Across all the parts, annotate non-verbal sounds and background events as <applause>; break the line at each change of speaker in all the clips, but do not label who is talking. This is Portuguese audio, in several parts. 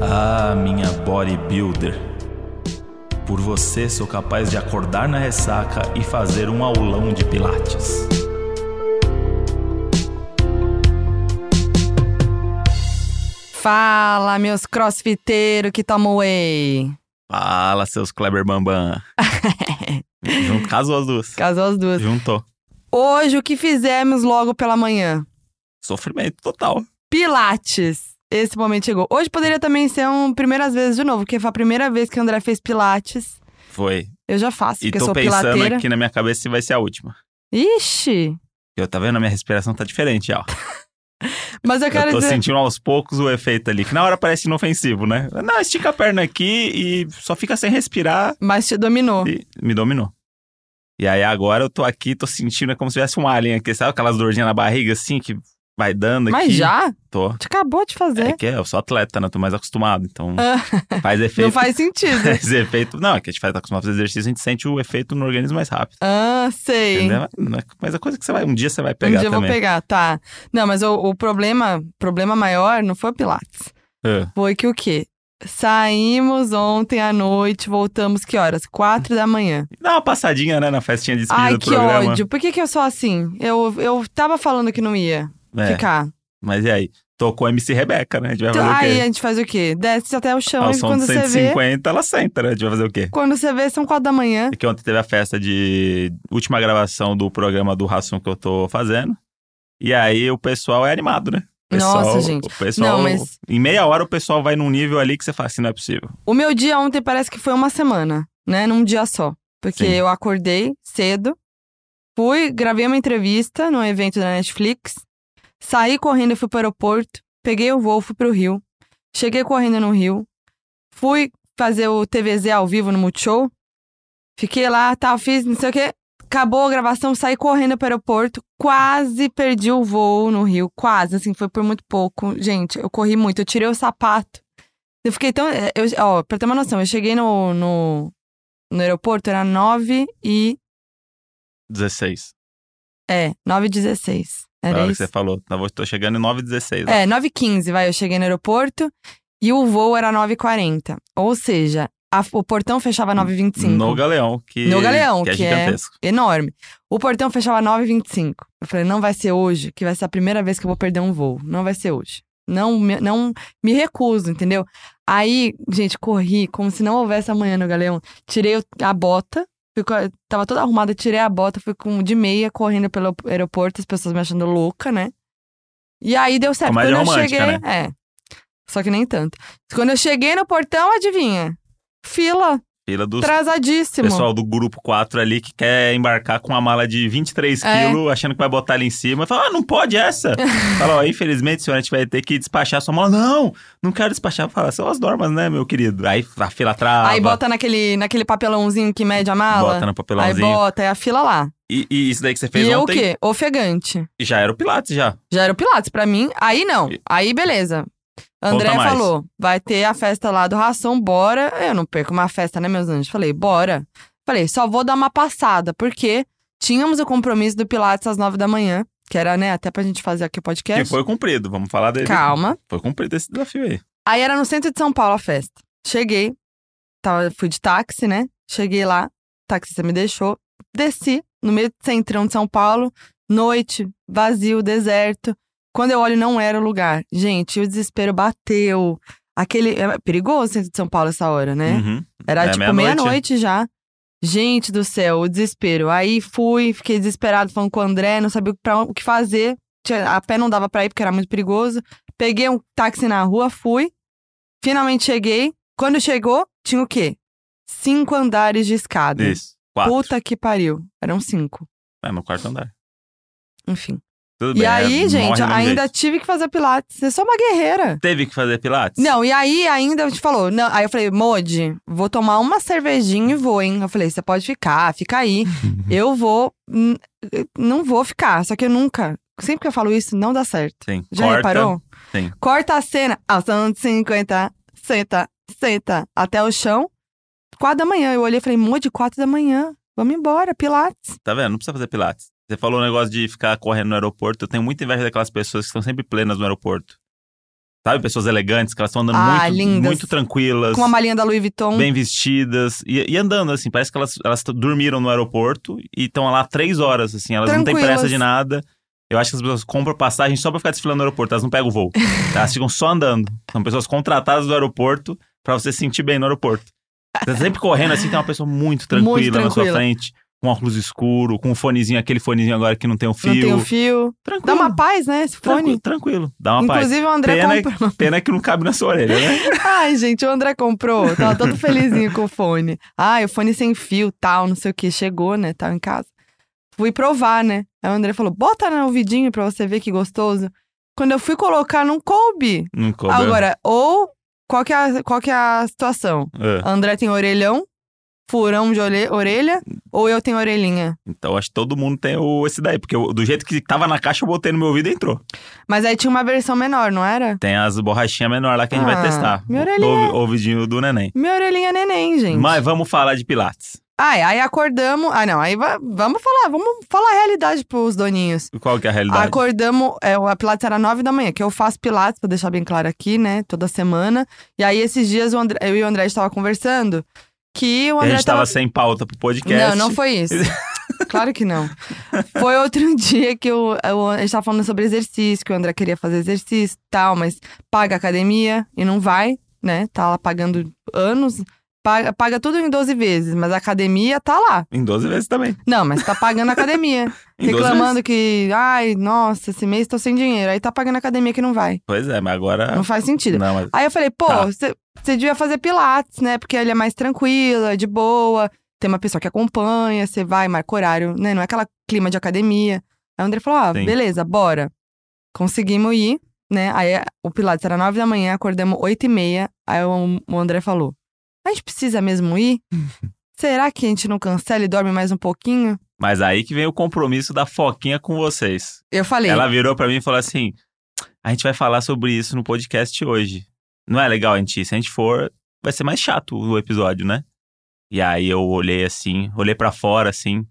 Ah, minha bodybuilder. Por você sou capaz de acordar na ressaca e fazer um aulão de pilates.
Fala, meus crossfiteiros que tomam whey.
Fala, seus Kleber <laughs> Bambam. Junto, casou as duas.
Casou as duas.
Juntou.
Hoje, o que fizemos logo pela manhã?
Sofrimento total.
Pilates. Esse momento chegou. Hoje poderia também ser um primeiras vezes de novo, porque foi a primeira vez que o André fez pilates.
Foi.
Eu já faço,
E
porque eu
tô
sou
pensando
pilateira.
aqui na minha cabeça se vai ser a última.
Ixi!
Eu, tá vendo? A minha respiração <laughs> tá diferente, ó.
Mas eu
Eu
quero
tô
dizer.
sentindo aos poucos o efeito ali, que na hora parece inofensivo, né? Não, estica a perna aqui e só fica sem respirar
Mas te dominou.
e me dominou. E aí agora eu tô aqui, tô sentindo é como se tivesse um alien aqui, sabe aquelas dorzinhas na barriga assim que vai dando aqui?
Mas já?
Tô.
Te acabou de fazer.
É que eu sou atleta, né? Tô mais acostumado, então
Ah,
<laughs> faz efeito.
Não faz sentido.
faz efeito. Não, é que a gente faz, tá acostumado a fazer exercício, a gente sente o efeito no organismo mais rápido.
Ah, sei.
Entendeu? Mas- Mas a coisa que você vai, um dia você vai
Um
pegar
dia eu vou
também.
pegar, tá. Não, mas o, o problema, problema maior não foi o Pilates.
Ah,
Foi que o quê? Saímos ontem à noite, voltamos que horas? Quatro da manhã.
Dá uma passadinha, né, na festinha de despedida
Ai,
do
que
programa.
ódio. Por que, que eu sou assim? Eu, eu tava falando que não ia
É,
ficar.
mas e aí? Tocou MC Rebeca, né? A gente vai
Então,
fazer o
aí
quê?
a gente faz o quê? Desce até o chão
Ao
e
som
é, quando
de
você vê.
150, ela senta, né? A gente vai fazer o quê?
Quando você vê, são quatro da manhã.
É que ontem teve a festa de última gravação do programa do Rassum que eu tô fazendo. E aí o pessoal é animado, né? O Pessoal,
Nossa, gente.
O pessoal,
Não, mas-
Em meia hora o pessoal vai num nível ali que você fala assim, não é possível.
O meu dia ontem parece que foi uma semana, né? Num dia só. Porque
Sim.
eu acordei cedo, fui, gravei uma entrevista num evento da Netflix, saí correndo, fui pro aeroporto, peguei o voo, fui pro Rio, cheguei correndo no Rio, fui fazer o TVZ ao vivo no Multishow, fiquei lá, tal, fiz não sei o quê. Acabou a gravação, saí correndo pro aeroporto, quase perdi o voo no Rio, quase, assim, foi por muito pouco. Gente, eu corri muito, eu tirei o sapato. Eu fiquei tão. eh, Eu, ó, pra ter uma noção, eu cheguei no, no, no aeroporto, era 9 e.
16.
É, 9 e 16.
Foi a
Era
hora que
isso?
você falou. Tá, vou- Tô chegando em 9h16.
É, 9 e 15, vai. Eu cheguei no aeroporto e o voo era 9 e 40. Ó. Ou seja, a- o portão fechava 9 e 25.
No Galeão, que,
No Galeão,
é
que é-
gigantesco.
Enorme. O portão fechava 9 e 25. Eu falei, não vai ser hoje, que vai ser a primeira vez que eu vou perder um voo. Não vai ser hoje. Não, me- não me recuso, entendeu? Aí, gente, corri como se não houvesse amanhã no Galeão. Tirei o- a bota, fui co- tava toda arrumada, tirei a bota, fui com, de meia correndo pelo aeroporto, as pessoas me achando louca, né? E aí deu certo.
Comédia
Quando eu
romântica, né?
cheguei. É. Só que nem tanto. Quando eu cheguei no portão, adivinha? Fila,
Fila dos
atrasadíssimo.
pessoal do grupo 4 ali que quer embarcar com uma mala de 23
É.
quilos, achando que vai botar ali em cima. Fala, ah, não pode
<laughs>
essa. Fala, ó, infelizmente, senhora, a gente vai ter que despachar sua mala. Não, não quero despachar. Fala, são as normas, né, meu querido? Aí a fila trava.
Aí bota naquele, naquele papelãozinho que mede a mala.
bota no
aí
papelãozinho.
bota, é a fila lá.
E, e isso daí que você fez
e eu o
ontem
quê? Ofegante.
já era o Pilates, já.
Já era o Pilates pra mim. Aí não.
E-
Aí beleza. André
Conta mais.
falou: vai ter a festa lá do Ração, bora. Eu não perco uma festa, né, meus anjos? Falei, bora. Falei, só vou dar uma passada, porque tínhamos o compromisso do Pilates às nove da manhã, que era, né, até pra gente fazer aqui o
Que
podcast.
foi cumprido, vamos falar dele.
Calma.
Foi cumprido esse desafio aí.
Aí era no centro de São Paulo a festa. Cheguei, tava, fui de táxi, né? Cheguei lá, o taxista me deixou, desci no meio do centrão de São Paulo, noite, vazio, deserto. Quando eu olho, não era o lugar. Gente, o desespero bateu. Aquele. É perigoso o centro de São Paulo essa hora, né?
Uhum.
Era
É,
tipo
meia-noite.
meia-noite já. Gente do céu, o desespero. Aí fui, fiquei desesperado falando com o André, não sabia o que- pra- o que fazer. Tinha- A pé não dava pra ir porque era muito perigoso. Peguei um táxi na rua, fui. Finalmente cheguei. Quando chegou, tinha o quê? Cinco andares de escada.
Isso. Quatro.
Puta que pariu. Eram cinco.
É, no quarto andar.
Enfim.
Tudo
e
bem.
aí,
é,
gente,
morre do
ainda
jeito.
tive que fazer pilates. Eu sou uma guerreira.
Teve que fazer Pilates?
Não, e aí ainda te falou. Não, aí eu falei, Modi, vou tomar uma cervejinha e vou, hein? Eu falei, você pode ficar,
<laughs>
fica aí. eu vou. n- Não vou ficar. Só que eu nunca. Sempre que eu falo isso, não dá certo.
Sim.
Já
Corta.
reparou?
Sim.
Corta a cena. Ação de 50, senta, senta, até o chão. Quatro da manhã. Eu olhei e falei, Modi, quatro da manhã. Vamos embora, Pilates.
Tá vendo? Não precisa fazer pilates. Você falou o negócio de ficar correndo no aeroporto. Eu tenho muita inveja daquelas pessoas que estão sempre plenas no aeroporto. Sabe, pessoas elegantes, que elas estão andando
Ah,
muito,
lindas.
muito tranquilas,
Com uma malinha da Louis Vuitton.
bem vestidas. E, e andando, assim, parece que elas, elas t- dormiram no aeroporto e estão lá três horas, assim, elas não têm
Tranquilas.
pressa de nada. Eu acho que as pessoas compram passagem só pra ficar desfilando no aeroporto, elas não pegam o
<laughs>
voo. elas ficam só andando. São pessoas contratadas do aeroporto pra você se sentir bem no aeroporto. Você tá sempre correndo, assim, tem uma pessoa muito tranquila, na sua
tranquila.
frente, com óculos escuro, com um fonezinho, aquele fonezinho agora que não tem o fio.
Não tem o fio.
Tranquilo.
Dá uma paz, né? Esse fone.
Tranquilo, tranquilo. Dá uma paz.
Inclusive, o André
Pena é
comprou.
Pena que não cabe na sua orelha, né?
Ai, gente, o André comprou. Tava todo felizinho com o fone. Ai, o fone sem fio, tal, não sei o que. Chegou, né? Tava em casa. Fui provar, né? Aí o André falou: bota no ouvidinho pra você ver que gostoso. Quando eu fui colocar, não coube.
Não coube.
Agora, ou qual que, é a, qual que é a situação?
É.
André tem orelhão, furão de orelha, orelha ou eu tenho orelhinha?
Então acho que todo mundo tem o, esse daí, porque eu- do jeito que tava na caixa, eu botei no meu ouvido e entrou.
Mas aí tinha uma versão menor, não era?
Tem as borrachinhas menor lá que a gente vai
Ah,
testar.
minha
O-
orelhinha.
ouvi- ouvidinho do neném.
Minha orelhinha é neném, gente.
Mas vamos falar de Pilates.
Ai, aí acordamos. Ah, não, aí va- vamos falar, vamos falar a realidade pros doninhos.
Qual que é a realidade?
Acordamos, é, o Pilates era 9 da manhã, que eu faço Pilates, pra deixar bem claro aqui, né? Toda semana. E aí, esses dias, o André- eu e o André estava conversando que o
a
André
gente tava sem pauta pro podcast.
Não, não foi
<laughs>
isso. claro que não. Foi outro <laughs> dia que o é, o- a gente tava falando sobre exercício, que o André queria fazer exercício e tal, mas paga a academia e não vai, né? Tá lá pagando anos. Paga, paga tudo em 12 vezes, mas a academia tá lá.
Em 12 vezes também.
Não, mas tá pagando a academia.
Em 12 vezes.
reclamando que, ai, nossa, esse mês tô sem dinheiro. Aí tá pagando a academia que não vai.
Pois é, mas agora.
Não faz sentido.
Não, mas
Aí eu falei, pô,
Tá.
você devia fazer Pilates, né? Porque ele é mais tranquilo, é de boa, tem uma pessoa que acompanha, você vai, marca horário, né? Não é aquela clima de academia. Aí o André falou, ah,
Sim.
beleza, bora. Conseguimos ir, né? Aí o Pilates era nove da manhã, acordamos oito e meia. Aí o o André falou, a gente precisa mesmo ir?
<laughs>
Será que a gente não cancela e dorme mais um pouquinho?
Mas aí que vem o compromisso da Foquinha com vocês.
Eu falei,
Ela virou pra mim e falou assim: a gente vai falar sobre isso no podcast hoje. Não é legal a gente ir. Se a gente for, vai ser mais chato o episódio, né? E aí eu olhei assim, olhei pra fora assim,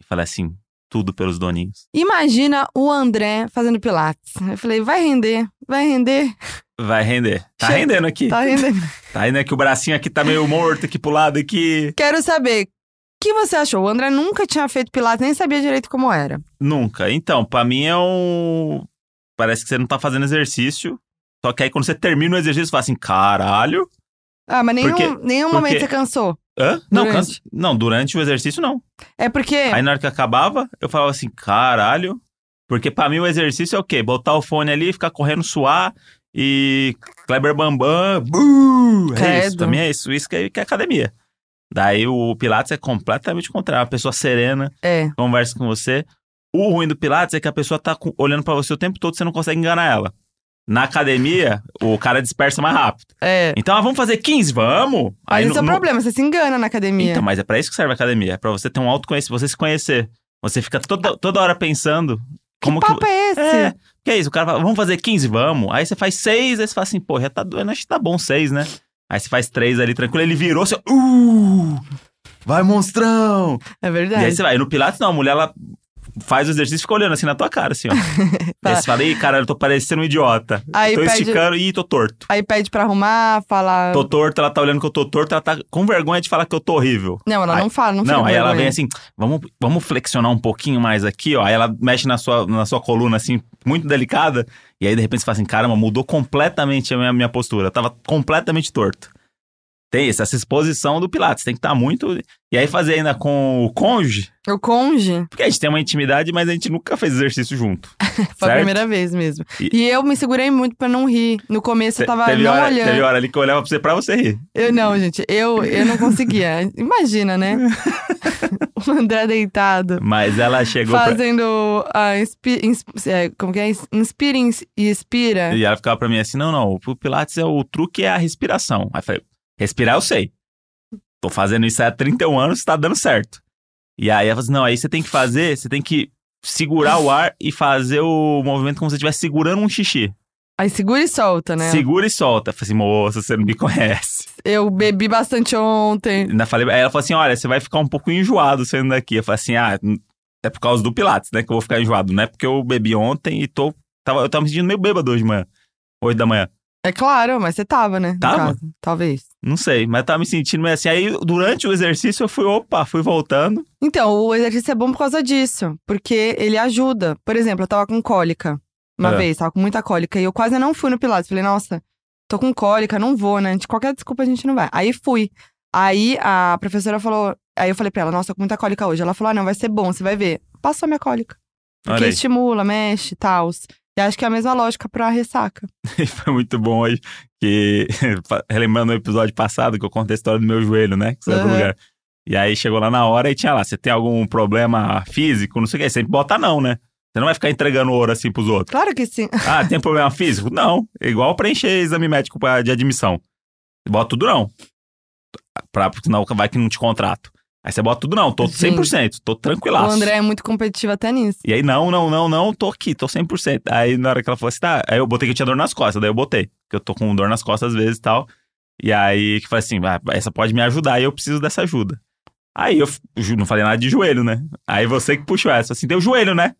e falei assim: tudo pelos doninhos.
imagina o André fazendo Pilates. Eu falei, vai render, vai render,
Vai render. Tá
Chega.
rendendo aqui. <laughs>
tá
Tá.
rendendo.
rendendo aqui. O bracinho aqui tá meio morto aqui pro lado aqui.
Quero saber, o que você achou? O André nunca tinha feito pilates, nem sabia direito como era.
Nunca. Então, pra mim é um. Parece que você não tá fazendo exercício. Só que aí quando você termina o exercício, você fala assim: caralho.
Ah, mas nenhum,
Porque-
nenhum
porque-
momento você cansou.
Hã? Não,
Durante.
cansa- não, durante o exercício não.
É porque...
Aí na hora que acabava, eu falava assim, caralho. Porque pra mim o exercício é o quê? Botar o fone ali, ficar correndo, suar e Kleber Bambam, buh, é isso.
Credo.
Pra mim é isso, isso que é, que é academia. Daí o Pilates é completamente o contrário, uma pessoa serena,
É,
conversa com você. O ruim do Pilates é que a pessoa tá com- olhando pra você o tempo todo, você não consegue enganar ela. Na academia, o cara dispersa mais rápido.
é.
Então, ah, vamos fazer 15, vamos!
Mas esse é
no-
o
no-
problema, você se engana na academia.
então, mas é pra isso que serve a academia. É pra você ter um autoconhecimento, você se conhecer. Você fica toda, toda hora pensando como
que papo é esse?
É, que é isso. O cara fala, vamos fazer 15? Vamos. Aí você faz 6, aí você fala assim, pô, já tá doendo, acho que tá bom 6, né? Aí você faz 3 ali, tranquilo, ele virou, você... Uh! Vai, monstrão!
É
E
verdade.
aí você vai. E no Pilates, não, a mulher, ela faz o exercício e fica olhando assim na tua cara,
<laughs>
assim, ó. aí você fala, ih, caralho, eu tô parecendo um idiota.
Tá. Aí
tô
pede-
esticando, ih, tô torto.
Aí pede pra arrumar, fala...
Tô torto, ela tá olhando que eu tô torto, ela tá com vergonha de falar que eu tô horrível.
Não, ela
Aí-
não fala, não fica
Não,
com
aí ela vem
vergonha.
assim, vamos, vamos flexionar um pouquinho mais aqui, ó. Aí ela mexe na sua, na sua coluna, assim, muito delicada. E aí, de repente, você fala assim, caramba, mudou completamente a minha, minha postura. Eu tava completamente torto. Tem isso, essa exposição do Pilates. Tem que estar muito... E aí, fazer ainda com o cônjuge,
O conge
porque a gente tem uma intimidade, mas a gente nunca fez exercício junto.
foi a
Certo.
primeira vez mesmo.
E-
E... eu me segurei muito pra não rir. No começo eu tava
teve,
não
hora,
olhando.
teve hora ali que eu olhava pra você pra você rir.
Eu não, gente. Eu, eu não conseguia. Imagina, né? o André deitado.
Mas ela chegou É pra...
fazendo a inspi, ins- é, como que é? Ins- Inspira ins- e expira.
E ela ficava pra mim assim: não, não, o Pilates é o truque é a respiração. Aí eu falei: respirar eu sei. Tô fazendo isso há 31 anos, tá dando certo. E aí ela falou assim: não, aí você tem que fazer, você tem que segurar o ar e fazer o movimento como se você estivesse segurando um xixi.
Aí segura e solta, né?
Segura e solta. Eu falei assim: moça, você não me conhece. <laughs>
Eu bebi bastante ontem.
Ainda falei, aí ela falou assim: olha, você vai ficar um pouco enjoado saindo daqui. Eu falei assim: ah, é por causa do Pilates, né? Que eu vou ficar enjoado. Não é porque eu bebi ontem e tô. Tava, eu tava me sentindo meio bêbado hoje de manhã. 8 da manhã.
É claro, mas você tava, né? no
Tava?
caso, talvez.
Não sei, mas eu tava me sentindo meio assim. Aí, durante o exercício, eu fui, opa, fui voltando.
Então, o exercício é bom por causa disso, porque ele ajuda. Por exemplo, eu tava com cólica uma
É.
vez, tava com muita cólica, e eu quase não fui no Pilates. Falei, nossa, tô com cólica, não vou, né? De qualquer desculpa a gente não vai. Aí fui. Aí a professora falou. Aí eu falei pra ela, nossa, tô com muita cólica hoje. Ela falou, ah, não, vai ser bom, você vai ver. Passou a minha cólica. Porque
Olha aí. <laughs>
estimula, mexe e tal. E acho que é a mesma lógica pra ressaca.
E foi muito bom hoje, que <laughs> relembrando o episódio passado que eu contei a história do meu joelho, né? Que saiu do
Aham.
lugar. E aí chegou lá na hora e tinha lá, você tem algum problema físico, não sei o que, sempre bota não, né? Você não vai ficar entregando ouro assim pros
<laughs>
outros.
Claro que sim.
Ah, tem problema físico? Não. É igual preencher exame médico pra- de admissão. Bota tudo não. Pra, porque senão vai que não te contrato. Aí você bota tudo não, tô
Gente.
100%, tô
O
tranquilaço.
André é muito competitivo até nisso.
E aí, não, não, não, não, tô aqui, tô 100%. Aí, na hora que ela falou assim, tá, aí eu botei que eu tinha dor nas costas, daí eu botei, que eu tô com dor nas costas às vezes e tal. E aí, que falei assim, ah, essa pode me ajudar e eu preciso dessa ajuda. Aí eu f- ju- não falei nada de joelho, né? Aí você que puxou essa, assim, deu joelho, né?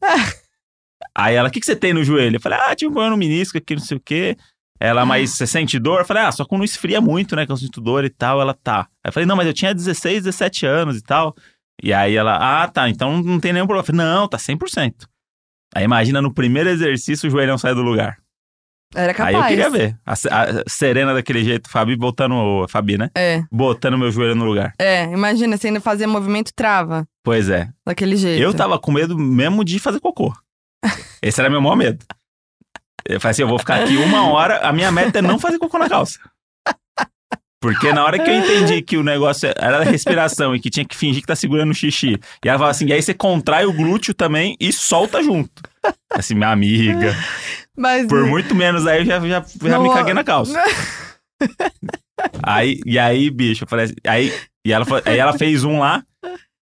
aí ela, o que, que você tem no joelho? Eu falei, ah, tinha um problema no menisco aqui, não sei o quê. Ela, mas você sente dor? Eu falei, ah, só quando esfria muito, né, que eu sinto dor e tal, ela tá. Aí eu falei, não, mas eu tinha 16, 17 anos e tal. E aí ela, ah, tá, então não tem nenhum problema. Eu falei, não, tá 100%. Aí imagina no primeiro exercício o joelhão sai do lugar.
Era capaz.
Aí eu queria ver. A, a Serena daquele jeito, Fabi botando, Fabi, né?
É,
Botando meu joelho no lugar.
é. Imagina, você ainda fazer movimento trava
Pois é.
daquele jeito.
Eu tava com medo mesmo de fazer
<laughs>
cocô. Esse era meu maior medo. Eu falei assim, eu vou ficar aqui uma hora, a minha meta é não fazer cocô na calça. Porque na hora que eu entendi que o negócio era da respiração e que tinha que fingir que tá segurando o xixi, e ela falava assim, e aí você contrai o glúteo também e solta junto. Assim, minha amiga,
Mas é.
por muito menos aí eu já, já, já me
Não,
caguei na calça. Aí, e aí, bicho, eu falei assim, aí, e ela, fa- aí ela fez um lá,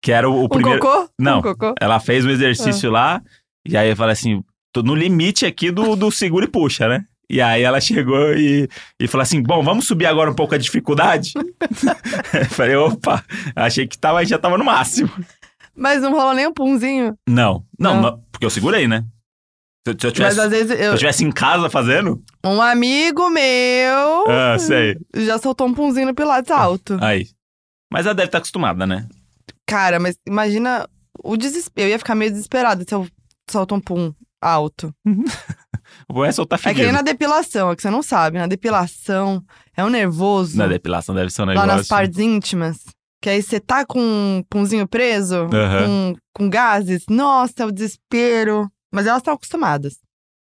que era o, o
um
primeiro...
cocô?
Não.
Um cocô?
Ela fez o exercício
Ah.
lá, e aí eu falei assim: tô no limite aqui do, do segura e puxa, né? E aí ela chegou e, e falou assim: bom, vamos subir agora um pouco a dificuldade? <laughs> eu falei, opa, achei que tava, já tava no máximo.
Mas não rola nem um punzinho.
Não, não,
Não.
não, porque eu segurei, né? Se, se eu tivesse,
Mas às vezes
se
eu-
eu tivesse em casa fazendo,
um amigo meu
ah, sei.
já soltou um punzinho no Pilates alto.
Aí. Mas ela deve estar acostumada, né?
Cara, mas imagina o desespero. Eu ia ficar meio desesperada se eu solto um pum alto.
O bom é soltar
É que nem
figueira.
na depilação, é que você não sabe. Na depilação é um nervoso.
Na depilação deve ser um
lá
negócio.
nas partes íntimas. Que aí você tá com um punzinho preso,
Aham.
com, com gases. Nossa, é o desespero. Mas elas estão acostumadas.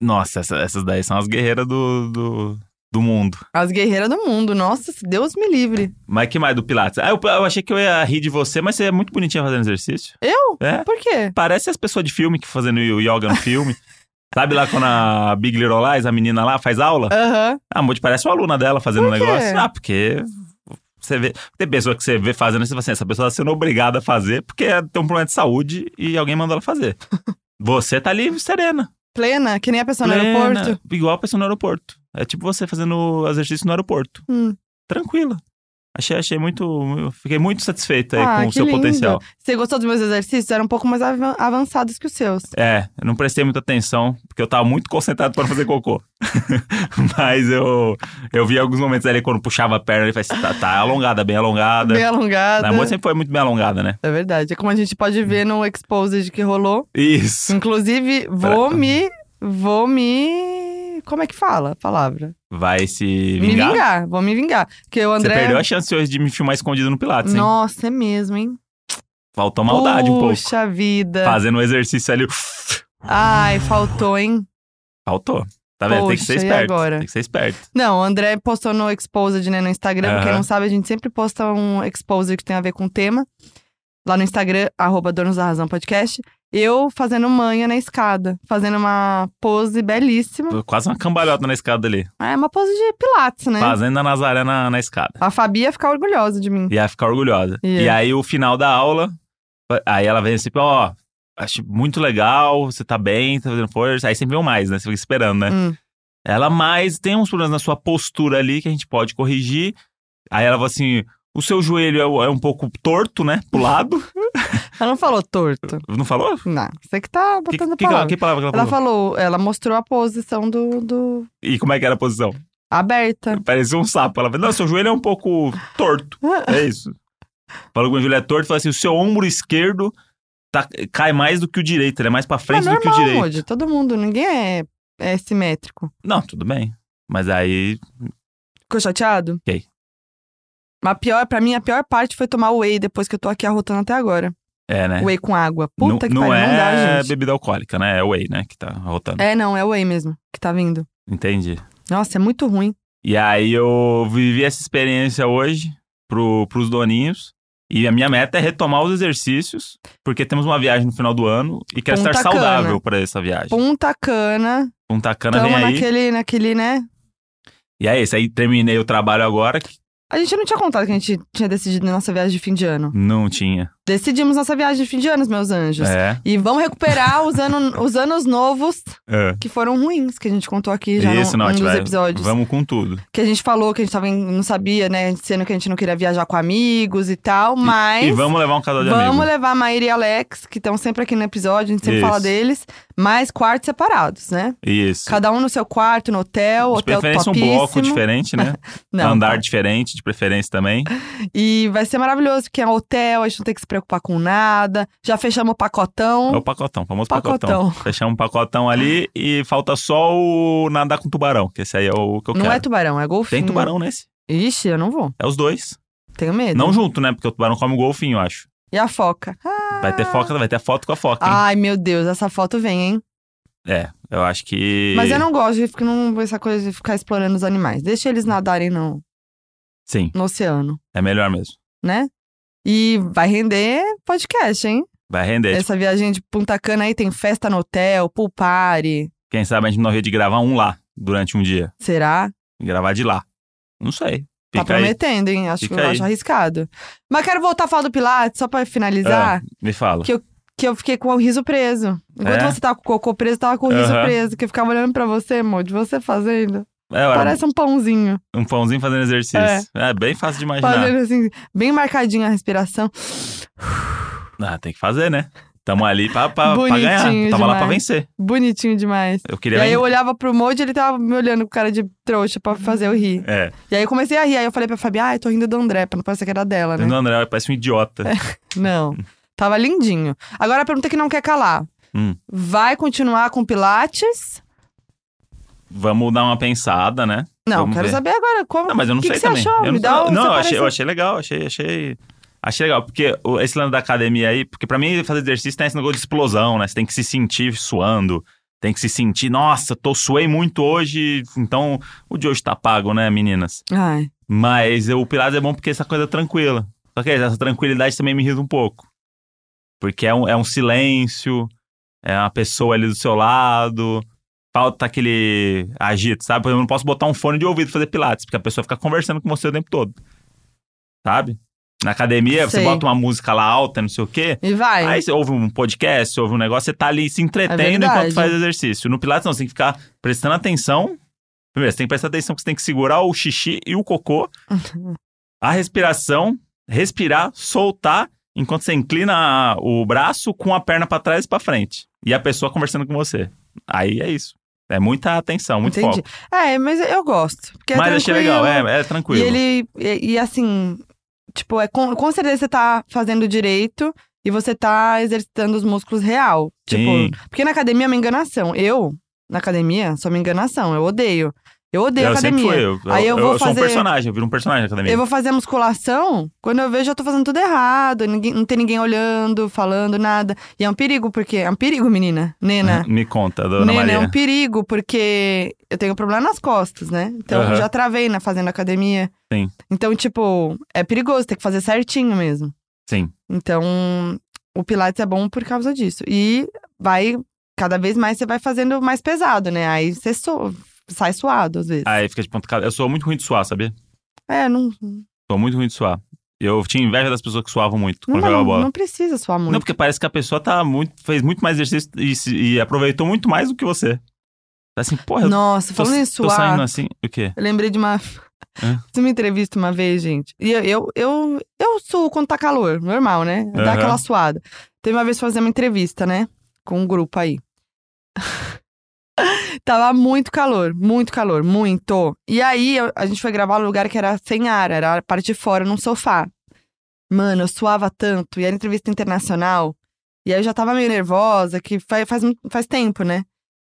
Nossa, essa- essas daí são as guerreiras do, do, do mundo.
As guerreiras do mundo. Nossa, se Deus me livre.
Mas que mais do Pilates? Ah, eu, eu achei que eu ia rir de você, mas você é muito bonitinha fazendo exercício.
Eu?
É.
Por quê?
Parece as pessoas de filme que fazendo o yoga no filme.
<laughs>
Sabe lá quando a Big Little Lies, a menina lá, faz aula?
Aham.
Ah, Moody parece uma aluna dela fazendo o
quê?
negócio. Ah, porque você vê. Tem pessoa que você vê fazendo isso e você fala assim, essa pessoa tá sendo obrigada a fazer porque tem um problema de saúde e alguém mandou ela
<laughs>
fazer. Você tá ali serena.
Plena, que nem a pessoa Tá no
plena,
aeroporto.
Igual a pessoa no aeroporto. É tipo você fazendo exercício no aeroporto.
Hum.
tranquila. Achei, achei muito. eu Fiquei muito satisfeito aí
Ah,
com o
que
seu
lindo.
potencial.
Você gostou dos meus exercícios? Eram um pouco mais avan- avançados que os seus.
É, eu não prestei muita atenção, porque eu tava muito concentrado pra não fazer cocô. <laughs> Mas eu, eu vi alguns momentos ali quando puxava a perna, ele faz tá, tá alongada, bem alongada.
Bem alongada.
Na moça sempre foi muito bem alongada, né?
É verdade. É como a gente pode ver no Exposed que rolou.
Isso.
Hum. Inclusive, vou me. Vou me. Como é que fala a palavra?
Vai se
Me
vingar.
vingar, vou me vingar. Porque o
Você
André.
perdeu a chance hoje de me filmar escondido no Pilates, hein?
Nossa, é mesmo, hein?
Faltou maldade um pouco.
Puxa vida.
Fazendo um exercício ali.
Ai, faltou, hein?
Faltou. Tá vendo? Tem que
Poxa,
ser
e
esperto.
agora?
Tem que ser esperto.
Não, o André postou no Exposed, né, no Instagram. Pra Quem
Aham.
não sabe, a gente sempre posta um Exposed que tem a ver com o tema. Lá no Instagram, arroba Donos da Razão Podcast. Eu fazendo manha na escada. Fazendo uma pose belíssima.
Quase uma cambalhota na escada ali.
É uma pose de pilates, né?
Fazendo a Nazaré na, na escada.
A Fabi ia ficar orgulhosa de mim.
Ia ficar orgulhosa.
Ia.
E aí, o final da aula, aí ela vem assim, ó, acho muito legal, você tá bem, tá fazendo força. Aí sempre vem o mais, né? Você fica esperando, né?
Hum.
Ela, mas tem uns problemas na sua postura ali que a gente pode corrigir. Aí ela falou assim, o seu joelho é, é um pouco torto, né? Pro lado.
Ela não falou torto.
Não falou?
Não, você que tá
Que,
botando
que-
palavra.
que palavra que ela
Ela
falou?
falou, ela mostrou a posição do, do,
E como é que era a posição?
aberta.
Parecia um sapo. Ela falou, não, seu joelho é um pouco torto. É isso. Falou que o joelho é torto, falou assim, o seu ombro esquerdo tá- cai mais do que o direito, ele é mais pra
É
frente do que o
normal
direito.
hoje, todo mundo, ninguém é, é simétrico.
Não, tudo bem. Mas aí,
Ficou chateado?
Fiquei.
Mas pior, pra mim, a pior parte foi tomar whey depois que eu tô aqui arrotando até agora.
é, né?
Whey com água. Puta
não
que
não
pariu,
é
não dá, gente.
bebida alcoólica, né? É whey, né? Que tá rotando.
É, não, é whey mesmo que tá vindo.
Entendi.
Nossa, é muito ruim.
E aí eu vivi essa experiência hoje pro, pros doninhos. E a minha meta é retomar os exercícios, porque temos uma viagem no final do ano e quero
Punta
estar
Cana.
saudável pra essa viagem.
Punta cana.
Punta Cana
Tamo
vem aí.
naquele, naquele, né?
E é isso. Aí terminei o trabalho agora, que
A gente não tinha contado que a gente tinha decidido nossa viagem de fim de ano.
não tinha.
Decidimos nossa viagem de fim de ano, meus anjos.
É.
E vamos recuperar os, ano, os anos novos
é.
que foram ruins, que a gente contou aqui já
Isso, não,
num,
a
num
gente
dos
vai-
episódios.
Vamos com tudo.
Que a gente falou que a gente tava em- não sabia, né? Sendo que a gente não queria viajar com amigos e tal, mas.
E vamos levar um casal de
É vamos
amigos.
levar a Maíra e Alex, que estão sempre aqui no episódio, a gente sempre
Isso.
fala deles, mas quartos separados, né?
Isso.
Cada um no seu quarto, no hotel,
de
hotel
preferência
topíssimo.
um bloco diferente, né?
<laughs> Não,
Andar
tá.
diferente, de preferência também.
E vai ser maravilhoso, porque é um hotel, a gente não tem que se preocupar com nada. Já fechamos o pacotão.
É o pacotão, famoso pacotão.
Um pacotão.
Fechamos um pacotão ali e falta só o nadar com tubarão, que esse aí é o que eu
Não
quero.
é tubarão, é golfinho.
Tem tubarão nesse.
Ixi, eu não vou.
É os dois.
Tenho medo.
Não junto, né? Porque o tubarão come o golfinho, eu acho.
E a foca?
Vai
Ah.
ter foca, vai ter foto com a foca, hein?
Ai, meu Deus, essa foto vem, hein?
É, eu acho que.
Mas eu não gosto de ficar, não, essa coisa de ficar explorando os animais. Deixa eles nadarem no,
Sim,
no oceano,
é melhor mesmo.
né? E vai render podcast, hein?
Vai render. Tipo,
Essa viagem de Punta Cana aí tem festa no hotel, pool party,
quem sabe a gente não ria de gravar um lá durante um dia.
será?
E gravar de lá. Não sei.
Tá
Fica aí.
prometendo, hein? Acho que
Fica
eu
aí.
acho arriscado. Mas quero voltar a falar do Pilates, só pra finalizar,
Me fala.
Que- que eu fiquei com o riso preso. Enquanto
É?
você tava com o cocô preso, eu tava com o riso
Aham.
preso, que eu ficava olhando pra você, amor, de você fazendo.
É, eu era
Parece um pãozinho.
um pãozinho fazendo exercício. É, bem fácil de imaginar.
Fazendo assim, bem marcadinha a respiração.
Ah, tem que fazer, né? Tamo ali pra, pra, pra
Bonitinho
ganhar. Tava lá
demais.
pra vencer.
Bonitinho demais.
Eu
E
queria.
aí eu olhava pro Mojo e ele tava me olhando com cara de trouxa pra fazer eu rir.
É,
E aí eu comecei a rir, aí eu falei pra Fabi, ai, tô rindo do André, pra não parecer que era dela, né? É.
o André parece um idiota.
Não. Tava lindinho. Agora a pergunta é que não quer calar.
Hum.
Vai continuar com Pilates?
Vamos dar uma pensada, né?
Não,
Vamos
quero
ver.
saber agora como.
Não, mas eu não
que
sei
que
também.
Você achou?
Eu
Me
não,
dá um,
não,
seu
eu achei, eu
parecer.
achei legal, achei, achei. Achei legal, porque o- esse lance da academia aí, porque pra mim fazer exercício tem esse negócio de explosão, né? Você tem que se sentir suando, tem que se sentir, nossa, tô suei muito hoje, então o de hoje tá pago, né, meninas?
Ai,
Mas eu- o Pilates é bom porque essa coisa é tranquila. Só que essa tranquilidade também me irrita um pouco. Porque é um, é um silêncio, é uma pessoa ali do seu lado, falta aquele agito, sabe? Por exemplo, eu não posso botar um fone de ouvido pra fazer Pilates, porque a pessoa fica conversando com você o tempo todo. Sabe? Na academia,
Sei.
você bota uma música lá alta, não sei o quê.
e vai.
Aí você ouve um podcast, você ouve um negócio, você tá ali se
É
entretendo
verdade.
enquanto faz exercício. No Pilates, não, você tem que ficar prestando atenção. Primeiro, você tem que prestar atenção que você tem que segurar o xixi e o
<laughs>
cocô, a respiração, respirar, soltar, enquanto você inclina a- o braço com a perna pra trás e pra frente. E a pessoa conversando com você. Aí é isso. É muita atenção, muito
Entendi.
foco.
É, mas eu gosto. Porque
Mas
é
achei
tranquilo.
legal, é, é tranquilo.
E ele. E, e assim, tipo, é com, com certeza você tá fazendo direito e você tá exercitando os músculos real.
Sim.
Tipo, porque na academia é uma enganação. Eu, na academia, sou uma enganação. Eu odeio. Eu odeio
eu sempre
academia.
fui. Eu,
Aí eu vou
sou um
fazer-
personagem, eu viro um personagem na academia.
Eu vou fazer musculação, quando eu vejo eu tô fazendo tudo errado, ninguém- não tem ninguém olhando, falando nada. E é um perigo, porque. É um perigo, menina. Nena.
<laughs> Me conta, dona
Nena,
Maria.
é um perigo, porque eu tenho problema nas costas, né? Então eu
Aham.
já travei na fazenda academia.
Sim.
Então, tipo, é perigoso, tem que fazer certinho mesmo.
Sim.
Então, o Pilates é bom por causa disso. E vai. Cada vez mais você vai fazendo mais pesado, né? Aí você su- sai suado às vezes.
Aí fica de ponta cabeça. Eu sou muito ruim de suar, sabia?
É, não,
Sou muito ruim de suar. Eu tinha inveja das pessoas que suavam muito
não,
quando jogava bola.
não precisa suar muito.
Não, porque parece que a pessoa tá muito, fez muito mais exercício e, se- e aproveitou muito mais do que você. Tá assim, porra, eu
Nossa,
tô,
falando
tô
em suar,
saindo assim. O quê?
eu lembrei de uma. <laughs>
Hã?
Fiz uma entrevista uma vez, gente. E eu, eu, eu, eu suo quando tá calor, normal, né? Dá
Aham.
aquela suada. Teve uma vez fazer uma entrevista, né? Com um grupo aí. <laughs> Tava muito calor, muito calor, muito. E aí eu- a gente foi gravar num lugar que era sem ar, era a parte de fora, num sofá. Mano, eu suava tanto. E era entrevista internacional. E aí eu já tava meio nervosa, que fa- faz, mu- faz tempo, né?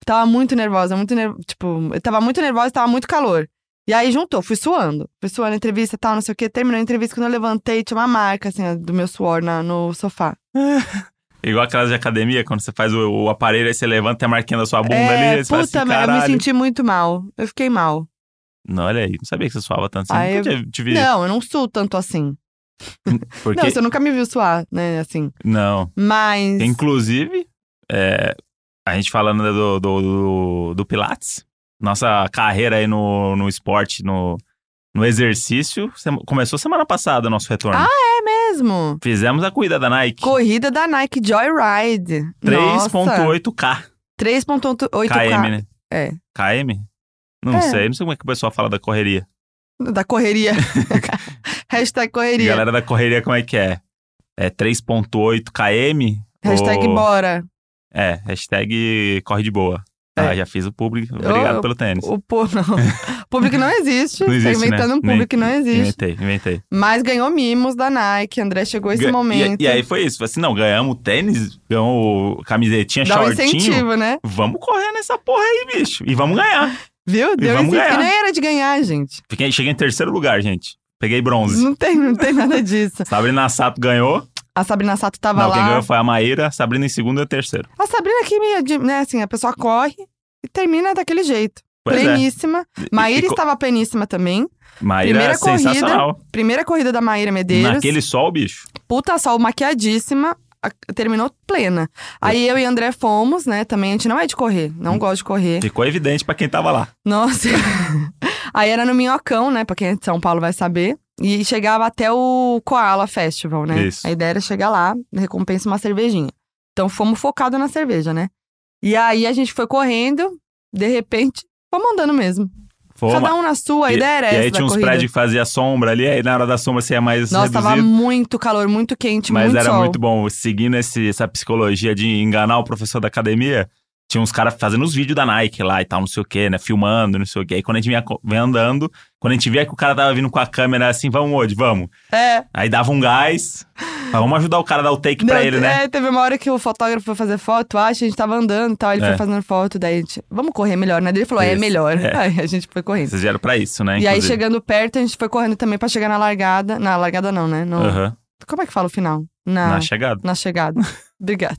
Tava muito nervosa, muito ner... Tipo, eu tava muito nervosa e tava muito calor. E aí juntou, fui suando. Fui suando a entrevista e tal, não sei o quê. Terminou a entrevista, quando eu levantei, tinha uma marca, assim, ó, do meu suor na- no sofá.
Igual aquelas de academia, quando você faz o, o aparelho, aí você levanta e a marquinha da sua bunda
é,
ali, aí você faz
puta,
assim,
merda, eu me
caralho.
senti muito mal. Eu fiquei mal.
Não, olha aí, não sabia que você suava tanto. Você
Ah,
nunca tinha te vi.
Não, eu não suo tanto assim.
Porque...
Não, você nunca me viu suar, né, assim.
não.
Mas.
Inclusive, é, a gente falando do, do, do, do Pilates, nossa carreira aí no, no esporte, no, no exercício, sema- começou semana passada o nosso retorno.
Ah, Mesmo.
Fizemos a corrida da Nike.
Corrida da Nike Joyride. Nossa,
3.8K
3.8K.
KM, né?
É.
KM? Não
É.
sei, não sei como é que o pessoal fala da correria.
Da
<laughs>
correria. <laughs> Hashtag correria.
né? Galera da correria, como é que é? É 3.8 KM?
Hashtag
Ou-
bora.
É, hashtag corre de boa. Ah,
É.
já fiz o público. Obrigado
Eu-
pelo tênis.
O pô, não.
<laughs>
público não existe.
Não existe,
Tá inventando
né?
um público que não existe.
Inventei, inventei.
Mas ganhou mimos da Nike. André chegou esse
Ga- e-
momento.
E, aí foi isso. Falei assim, não, ganhamos o tênis, ganhamos o camisetinha,
Dá um
shortinho.
incentivo, né?
vamos correr nessa porra aí, bicho. E vamos ganhar.
Viu? Deu um
vamos
incentivo.
ganhar.
E nem era de ganhar, gente.
Fiquei, cheguei em terceiro lugar, gente. Peguei bronze.
Não tem, não tem nada disso.
Sabrina Sato ganhou.
A Sabrina Sato tava
não,
lá.
quem ganhou foi a Maíra. Sabrina em segundo e eu terceiro.
A Sabrina que me, admi- né, assim, a pessoa corre e termina daquele jeito.
Pois é.
pleníssima.
E-
Maíra
e co-
estava pleníssima também.
Maíra é
primeira corrida,
sensacional.
Primeira corrida da Maíra Medeiros.
Naquele sol, bicho.
Puta sol, maquiadíssima. a- Terminou plena. Aí eu e André fomos, né? Também a gente não é de correr, não
Hum.
gosta de correr.
Ficou evidente pra quem tava lá. <laughs>
Nossa. Aí era no Minhocão, né? Pra quem é de São Paulo vai saber. E chegava até o Koala Festival, né?
Isso.
A ideia era chegar lá, recompensa uma cervejinha. Então fomos focados na cerveja, né? E aí a gente foi correndo, de repente, fomos andando mesmo.
Foi uma-
Cada um na sua, a ideia era
e
essa
aí
da
tinha uns
corrida.
prédios que fazia sombra ali, aí na hora da sombra você ia mais
Nossa,
reduzido.
tava muito calor, muito quente,
Mas
muito
era
sol.
muito bom. Seguindo esse- essa psicologia de enganar o professor da academia, tinha uns caras fazendo os vídeos da Nike lá e tal, não sei o quê, né? Filmando, não sei o quê. Aí quando a gente vinha, co- vinha andando, quando a gente via que o cara tava vindo com a câmera assim, vamos, hoje, vamos.
É.
Aí dava um gás. Falava, vamos ajudar o cara a dar o take pra
Não,
ele, né?
é, teve uma hora que o fotógrafo foi fazer foto, acho, a gente tava andando e tal, ele
É.
foi fazendo foto, daí a gente, vamos correr melhor, né? Daí Ele falou, é
Isso,
melhor.
é.
<laughs> Aí a gente foi correndo.
Vocês vieram pra isso, né?
E aí,
inclusive.
chegando perto, a gente foi correndo também pra chegar na largada. Na largada, não, né? No-
Aham,
Como é que fala o final? Na,
Na chegada.
na
<laughs>
chegada. Obrigada.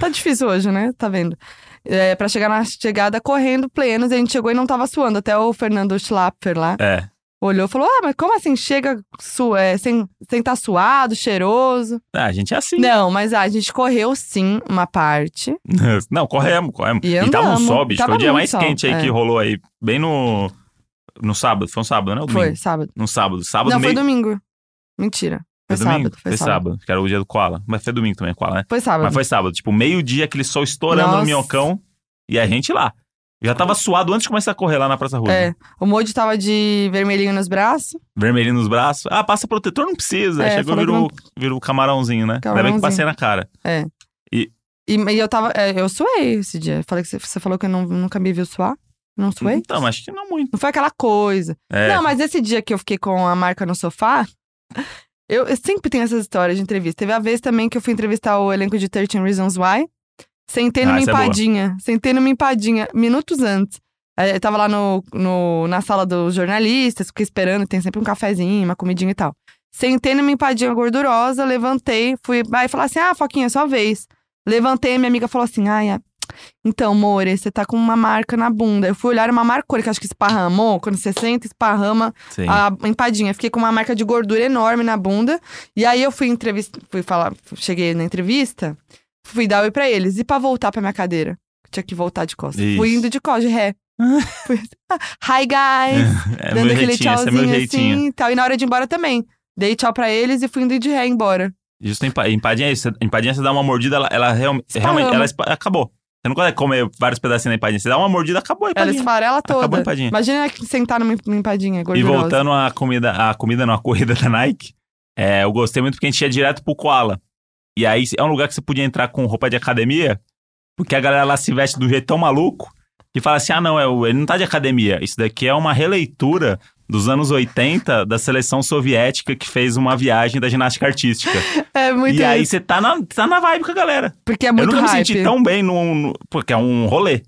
tá difícil hoje, né? Tá vendo? É, pra chegar na chegada correndo plenos, e a gente chegou e não tava suando. Até o Fernando Schlapfer lá
É.
olhou e falou: Ah, mas como assim? Chega su é, sem sem tá suado, cheiroso.
Ah, a gente é assim.
Não, mas ah, a gente correu sim uma parte.
<laughs> Não, corremos, corremos.
E
tava um
andamos.
sol, bicho.
Tava
foi o dia
muito
mais
sol,
quente aí
é.
que rolou aí. Bem no. No sábado. Foi um sábado, né? Ou
Foi
domingo?
sábado.
No sábado. Sábado
não,
meio.
foi domingo. Mentira. Foi, sábado.
domingo?
Foi, sábado.
sábado, que era o dia do Koala. Mas foi domingo também, Koala, né?
Foi sábado.
Mas foi sábado, tipo, meio-dia, aquele sol estourando no
Nossa.
minhocão e a gente lá. Já tava suado antes de começar a correr lá na Praça Rua.
É, o Moody tava de vermelhinho nos braços.
Vermelhinho nos braços. Ah, passa protetor, não precisa. Aí
É,
Chegou,
falou
virou, virou camarãozinho, né? Ainda bem que
Camarãozinho.
passei na cara.
E, e eu tava. é, eu suei esse dia. Falei que você, você falou que eu não- nunca me viu suar. Não suei?
Então, acho que não muito.
Não foi aquela coisa.
É,
Não, mas esse dia que eu fiquei com a marca no sofá. Eu, eu sempre tenho essas histórias de entrevista. Teve a vez também que eu fui entrevistar o elenco de 13 Reasons Why. Sentei
Ah,
numa
essa é boa.
empadinha. sentei numa empadinha, minutos antes. Aí Eu tava lá no, no- na sala dos jornalistas, fiquei esperando, tem sempre um cafezinho, uma comidinha e tal. Sentei numa empadinha gordurosa, levantei, fui. Aí falar assim: ah, Foquinha, sua vez. Levantei, minha amiga falou assim: ai, a- então, More, você tá com uma marca na bunda. Eu fui olhar era uma marcura que acho que esparramou. Quando você senta, esparrama
sim.
a empadinha. Fiquei com uma marca de gordura enorme na bunda. E aí eu fui entrevista, fui falar, cheguei na entrevista, fui dar oi pra eles e pra voltar pra minha cadeira. eu Tinha que voltar de costas.
Isso.
Fui indo de costas, de
<laughs>
ré. Fui assim, ah, Hi guys,
é
dando
meu
aquele
jeitinho, esse é meu
tchauzinho
jeitinho.
assim, e tal. E na hora de ir embora também. Dei tchau pra eles e fui indo de ré embora.
Justo empa- empadinha é isso. Empadinha, você dá uma mordida, ela, ela real-
Esparrama.
realmente. Ela espa- acabou. Você não consegue comer vários pedacinhos da empadinha. Você dá uma mordida, acabou a
Ela
empadinha.
esfarela
Acabou a
toda.
empadinha.
Imagina sentar numa empadinha
E
gordurosa.
voltando à comida, à comida não, à corrida da Nike, é, eu gostei muito porque a gente ia direto pro Koala. E aí é um lugar que você podia entrar com roupa de academia, porque a galera lá se veste do jeito tão maluco que fala assim: ah, não, é o- ele não tá de academia. Isso daqui é uma releitura dos anos 80 da seleção soviética que fez uma viagem da ginástica artística.
É muito
e aí
isso,
você tá na, tá na vibe com a galera.
porque é muito
eu nunca
hype.
me senti tão bem num. num- porque é um rolê.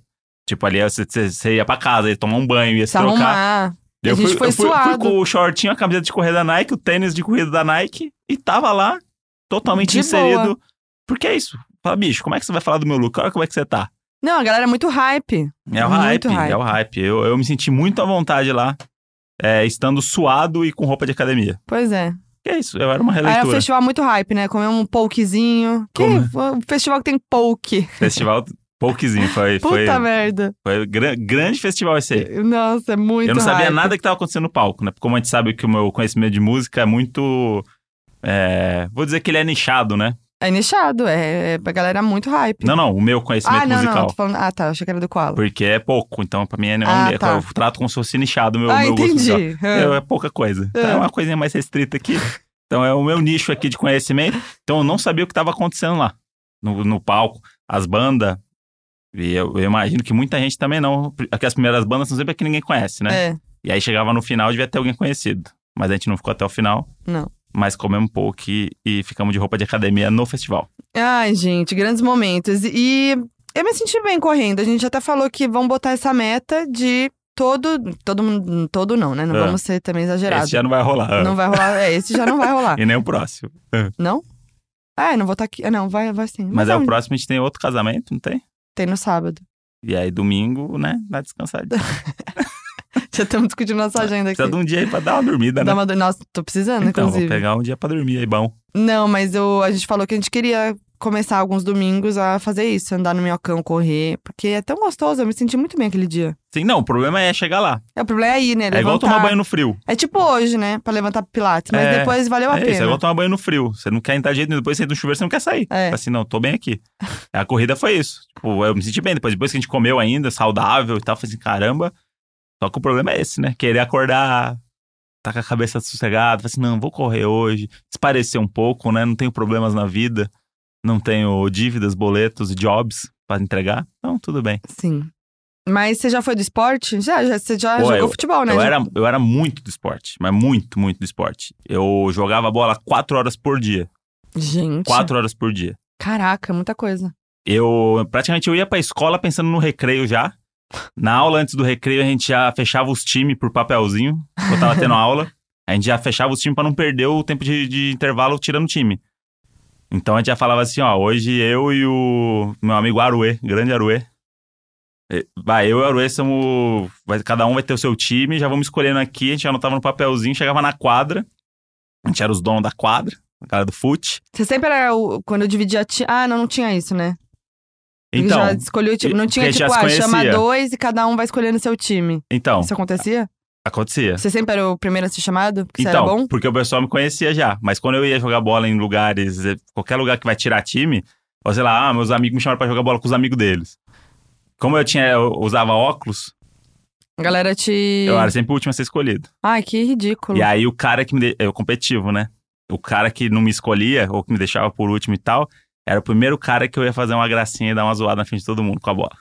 Tipo, ali você, você- você ia pra casa, ia tomar um banho, ia se,
Se
trocar.
arrumar.
Eu
A gente foi
eu fui, fui
suado.
com o shortinho, a camiseta de corrida da Nike, o tênis de corrida da Nike e tava lá totalmente
De
inserido.
boa.
Porque é isso. Fala, bicho, como é que você vai falar do meu look? Olha como é que você tá.
Não, a galera é muito hype.
É o hype,
Muito hype.
é o hype. Eu, eu me senti muito à vontade lá, é, estando suado e com roupa de academia.
Pois é.
Que é isso, eu era uma
Aí era um
releitura.
festival muito hype, né? Comer um pokezinho. Que
é?
um festival que tem poke.
Festival pouquinho, foi, foi,
<laughs> Puta merda.
foi gran- grande festival esse aí.
Nossa, é muito
eu não sabia
hype.
nada que tava acontecendo no palco, né? Porque como a gente sabe que o meu conhecimento de música é muito... é, vou dizer que ele é nichado, né?
É nichado, é, é a galera é muito hype.
Não, não, o meu conhecimento
ah, não,
musical.
não. Tô falando... Ah, tá. Eu achei que era do Koala.
Porque é pouco, então pra mim é,
Ah,
é-
tá.
eu trato como se fosse nichado o meu,
ah,
meu gosto musical.
entendi. Ah,
É, é pouca coisa. Então é uma coisinha mais restrita aqui. Então é o meu nicho aqui de conhecimento. Então eu não sabia o que estava acontecendo lá. No, no palco, as bandas. E eu, eu imagino que muita gente também não. Aqui as primeiras bandas são sempre a que ninguém conhece, né?
é.
E aí chegava no final, devia ter alguém conhecido. Mas a gente não ficou até o final.
Não.
Mas comemos um pouco e, e ficamos de roupa de academia no festival.
Ai, gente, grandes momentos. E eu me senti bem correndo. A gente até falou que vão botar essa meta de todo. Todo mundo. Todo não, né? Não
É.
vamos ser também exagerados.
Esse já ah. não vai rolar.
Não vai rolar. É, esse já não
<laughs>
vai rolar.
E nem o próximo.
É, não vou estar aqui. Ah, Não, vai, vai sim.
Mas é
é
o próximo, a gente tem outro casamento, não tem?
Tem no sábado.
E aí domingo, né? Dá
<laughs>
descansadinha.
Já estamos discutindo nossa agenda aqui.
Precisa de um dia aí pra dar uma dormida, né?
Dá uma do- Nossa, tô precisando,
Então,
inclusive.
vou pegar um dia pra dormir aí, bom.
Não, mas eu, a gente falou que a gente queria começar alguns domingos a fazer isso, andar no minhocão, correr, porque é tão gostoso, eu me senti muito bem aquele dia.
Sim, não, o problema é chegar lá.
É, o problema é ir, né?
É igual
Levantar.
tomar banho no frio.
É tipo hoje, né? Pra levantar pilates, mas
É,
depois valeu a
É
pena.
isso, é igual tomar banho no frio. Você não quer entrar de jeito nenhum, depois você entra no chuveiro, você não quer sair.
É.
Fala Assim, não, tô bem aqui. A corrida foi isso. Tipo, eu me senti bem. Depois, depois que a gente comeu ainda, saudável e tal, falei assim, caramba. Só que o problema é esse, né? Querer acordar, tá com a cabeça sossegada, falei assim, não, vou correr hoje, esparecer um pouco, né? Não tenho problemas na vida, não tenho dívidas, boletos, jobs pra entregar. Então, tudo bem.
Sim. Mas você já foi do esporte? Já, já você já
Pô,
jogou
eu-
futebol, né?
Eu
Já-
era, eu era muito do esporte, mas muito, muito do esporte. Eu jogava bola quatro horas por dia.
Gente.
Quatro horas por dia.
Caraca, muita coisa.
Eu praticamente eu ia pra escola pensando no recreio já. Na aula antes do recreio, a gente já fechava os times por papelzinho. Eu tava
<laughs>
tendo aula. A gente já fechava os times pra não perder o tempo de, de intervalo tirando o time. Então a gente já falava assim, ó, hoje eu e o meu amigo Aruê, grande Aruê. Eh, Vai, eu e o Aruê somos. vai- cada um vai ter o seu time, já vamos escolhendo aqui, a gente já anotava no papelzinho, chegava na quadra. A gente era os donos da quadra, a galera do fute.
Você sempre era o, quando eu dividia ti... Ah, não, não tinha isso, né? Ele
Então,
já escolheu o time. Não
porque
tinha
a gente
tipo,
já se
ah, chama
conhecia.
dois e cada um vai escolhendo o seu time.
então,
Isso acontecia?
acontecia.
Você sempre era o primeiro a ser chamado? Porque você
Então,
era bom?
porque o pessoal me conhecia já. Mas quando eu ia jogar bola em lugares, eh, qualquer lugar que vai tirar time, ou sei lá, ah, meus amigos me chamaram pra jogar bola com os amigos deles. Como eu tinha, eu usava óculos,
A galera te.
eu era sempre o último a ser escolhido.
Ai, que ridículo.
E aí o cara que me. De... Eu competitivo, né? O cara que não me escolhia, ou que me deixava por último e tal, era o primeiro cara que eu ia fazer uma gracinha e dar uma zoada na frente de todo mundo com a bola.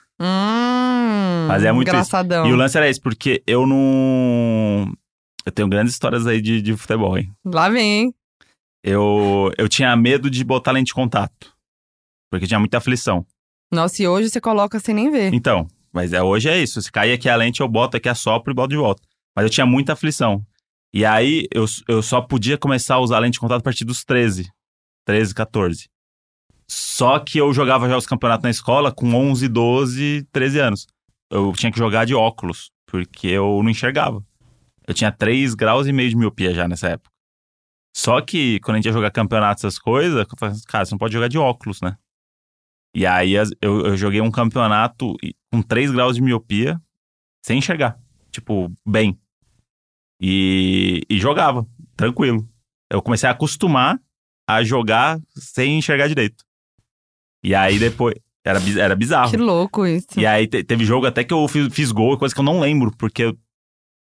Hum,
Mas é muito isso.
engraçadão.
E o lance era esse, porque eu não. Eu tenho grandes histórias aí de, de futebol, hein?
Lá vem, hein?
Eu, eu tinha medo de botar lente de contato. Porque tinha muita aflição.
Nossa, e hoje você coloca sem nem ver.
Então, mas é, hoje é isso. Se cair aqui a lente, eu boto aqui, assopro e boto de volta. Mas eu tinha muita aflição. E aí, eu, s- eu só podia começar a usar lente de contato a partir dos 13. 13, 14. Só que eu jogava já os campeonatos na escola com 11, 12, 13 anos. Eu tinha que jogar de óculos, porque eu não enxergava. Eu tinha 3 graus e meio de miopia já nessa época. Só que quando a gente ia jogar campeonato, essas coisas, eu falava, assim, cara, você não pode jogar de óculos, né? E aí as- eu, eu joguei um campeonato e- com 3 graus de miopia, sem enxergar. Tipo, bem. E, e jogava, tranquilo. Eu comecei a acostumar a jogar sem enxergar direito. E aí depois. Era, bi- era bizarro.
Que louco isso.
E aí te- teve jogo até que eu fiz, fiz gol, coisa que eu não lembro, porque eu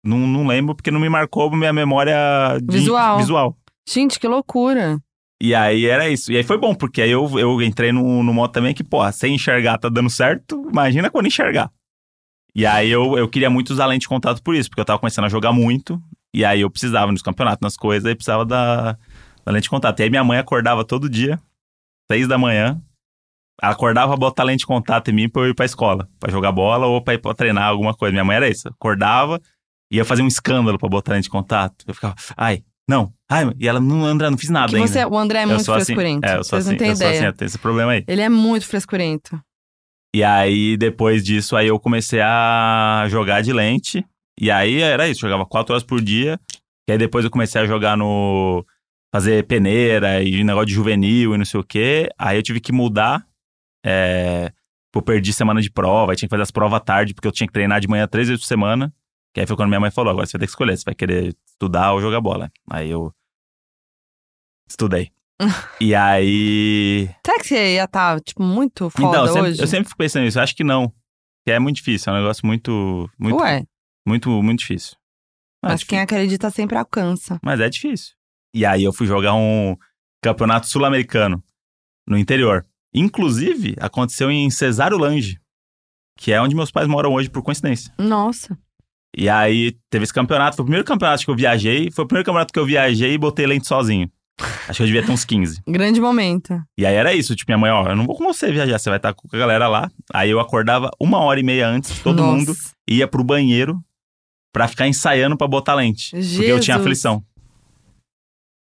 não, não lembro, porque não me marcou minha memória de-
Visual.
visual.
Gente, que loucura.
E aí era isso. E aí foi bom, porque aí eu, eu entrei no, no modo também que, porra, sem enxergar tá dando certo, imagina quando enxergar. E aí eu, eu queria muito usar lente de contato por isso, porque eu tava começando a jogar muito. E aí eu precisava nos campeonatos, nas coisas, aí precisava da, da lente de contato. E aí minha mãe acordava todo dia, seis da manhã. Ela acordava pra botar lente de contato em mim pra eu ir pra escola, pra jogar bola ou pra ir pra treinar alguma coisa. Minha mãe era isso. Acordava, ia fazer um escândalo pra botar lente de contato. Eu ficava, ai, não, ai. E ela, não, André, não fiz nada
Que
ainda.
você, o André é muito
né? sou assim,
frescurento.
é, eu sou
Vocês
assim,
não têm
eu sou
ideia.
assim, eu tenho esse problema aí.
Ele é muito frescurento.
E aí, depois disso, aí eu comecei a jogar de lente. E aí era isso, jogava quatro horas por dia. E aí depois eu comecei a jogar no. fazer peneira e negócio de juvenil e não sei o quê. Aí eu tive que mudar. É, tipo, eu perdi semana de prova, aí tinha que fazer as provas à tarde, porque eu tinha que treinar de manhã três vezes por semana. Que aí foi quando minha mãe falou: agora você vai ter que escolher, você vai querer estudar ou jogar bola. Aí eu.
<laughs>
Estudei. e aí.
Será que você ia estar, tipo, muito foda
Então, eu sempre,
hoje?
eu sempre fico pensando nisso. Eu acho que não. Que é muito difícil. É um negócio muito. Muito,
Ué,
muito, muito difícil. Mas, é
mas
difícil.
quem acredita sempre alcança.
Mas é difícil. E aí eu fui jogar um campeonato sul-americano no interior. Inclusive, aconteceu em Cesário Lange, que é onde meus pais moram hoje, por coincidência.
Nossa.
E aí teve esse campeonato, foi o primeiro campeonato que eu viajei, foi o primeiro campeonato que eu viajei e botei lente sozinho. Acho que eu devia ter uns 15.
Grande momento.
E aí era isso, tipo, minha mãe, ó, eu não vou com você viajar, você vai estar com a galera lá. Aí eu acordava uma hora e meia antes, todo
Nossa.
mundo ia pro banheiro pra ficar ensaiando pra botar lente. Porque eu tinha
Jesus.
aflição.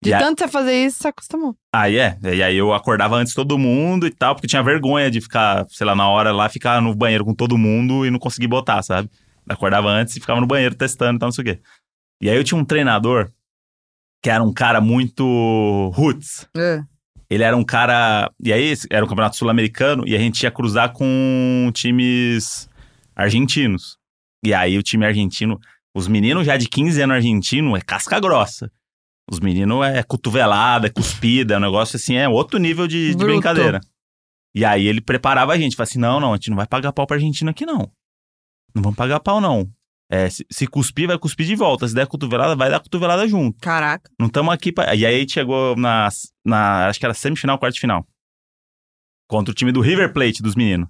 De
E a-
tanto você fazer isso, você acostumou.
Aí é, e aí eu acordava antes todo mundo e tal, porque eu tinha vergonha de ficar, sei lá, na hora lá, ficar no banheiro com todo mundo e não conseguir botar, sabe? Acordava antes e ficava no banheiro testando e tal, não sei o quê. E aí eu tinha um treinador que era um cara muito roots. Ele era um cara. E aí, esse era um campeonato sul-americano e a gente ia cruzar com times argentinos. E aí, o time argentino. Os meninos já de 15 anos argentino é casca grossa. Os meninos é cotovelada, é cuspida, é um negócio assim, é outro nível de, de
Bruto.
brincadeira. E aí ele preparava a gente, falava assim: não, não, a gente não vai pagar pau pra Argentina aqui, não. Não vamos pagar pau, não. É, se, se cuspir, vai cuspir de volta. Se der cotovelada, vai dar cotovelada junto.
Caraca.
Não estamos aqui pra... E aí chegou na, na. Acho que era semifinal, quarto de final. Contra o time do River Plate dos meninos.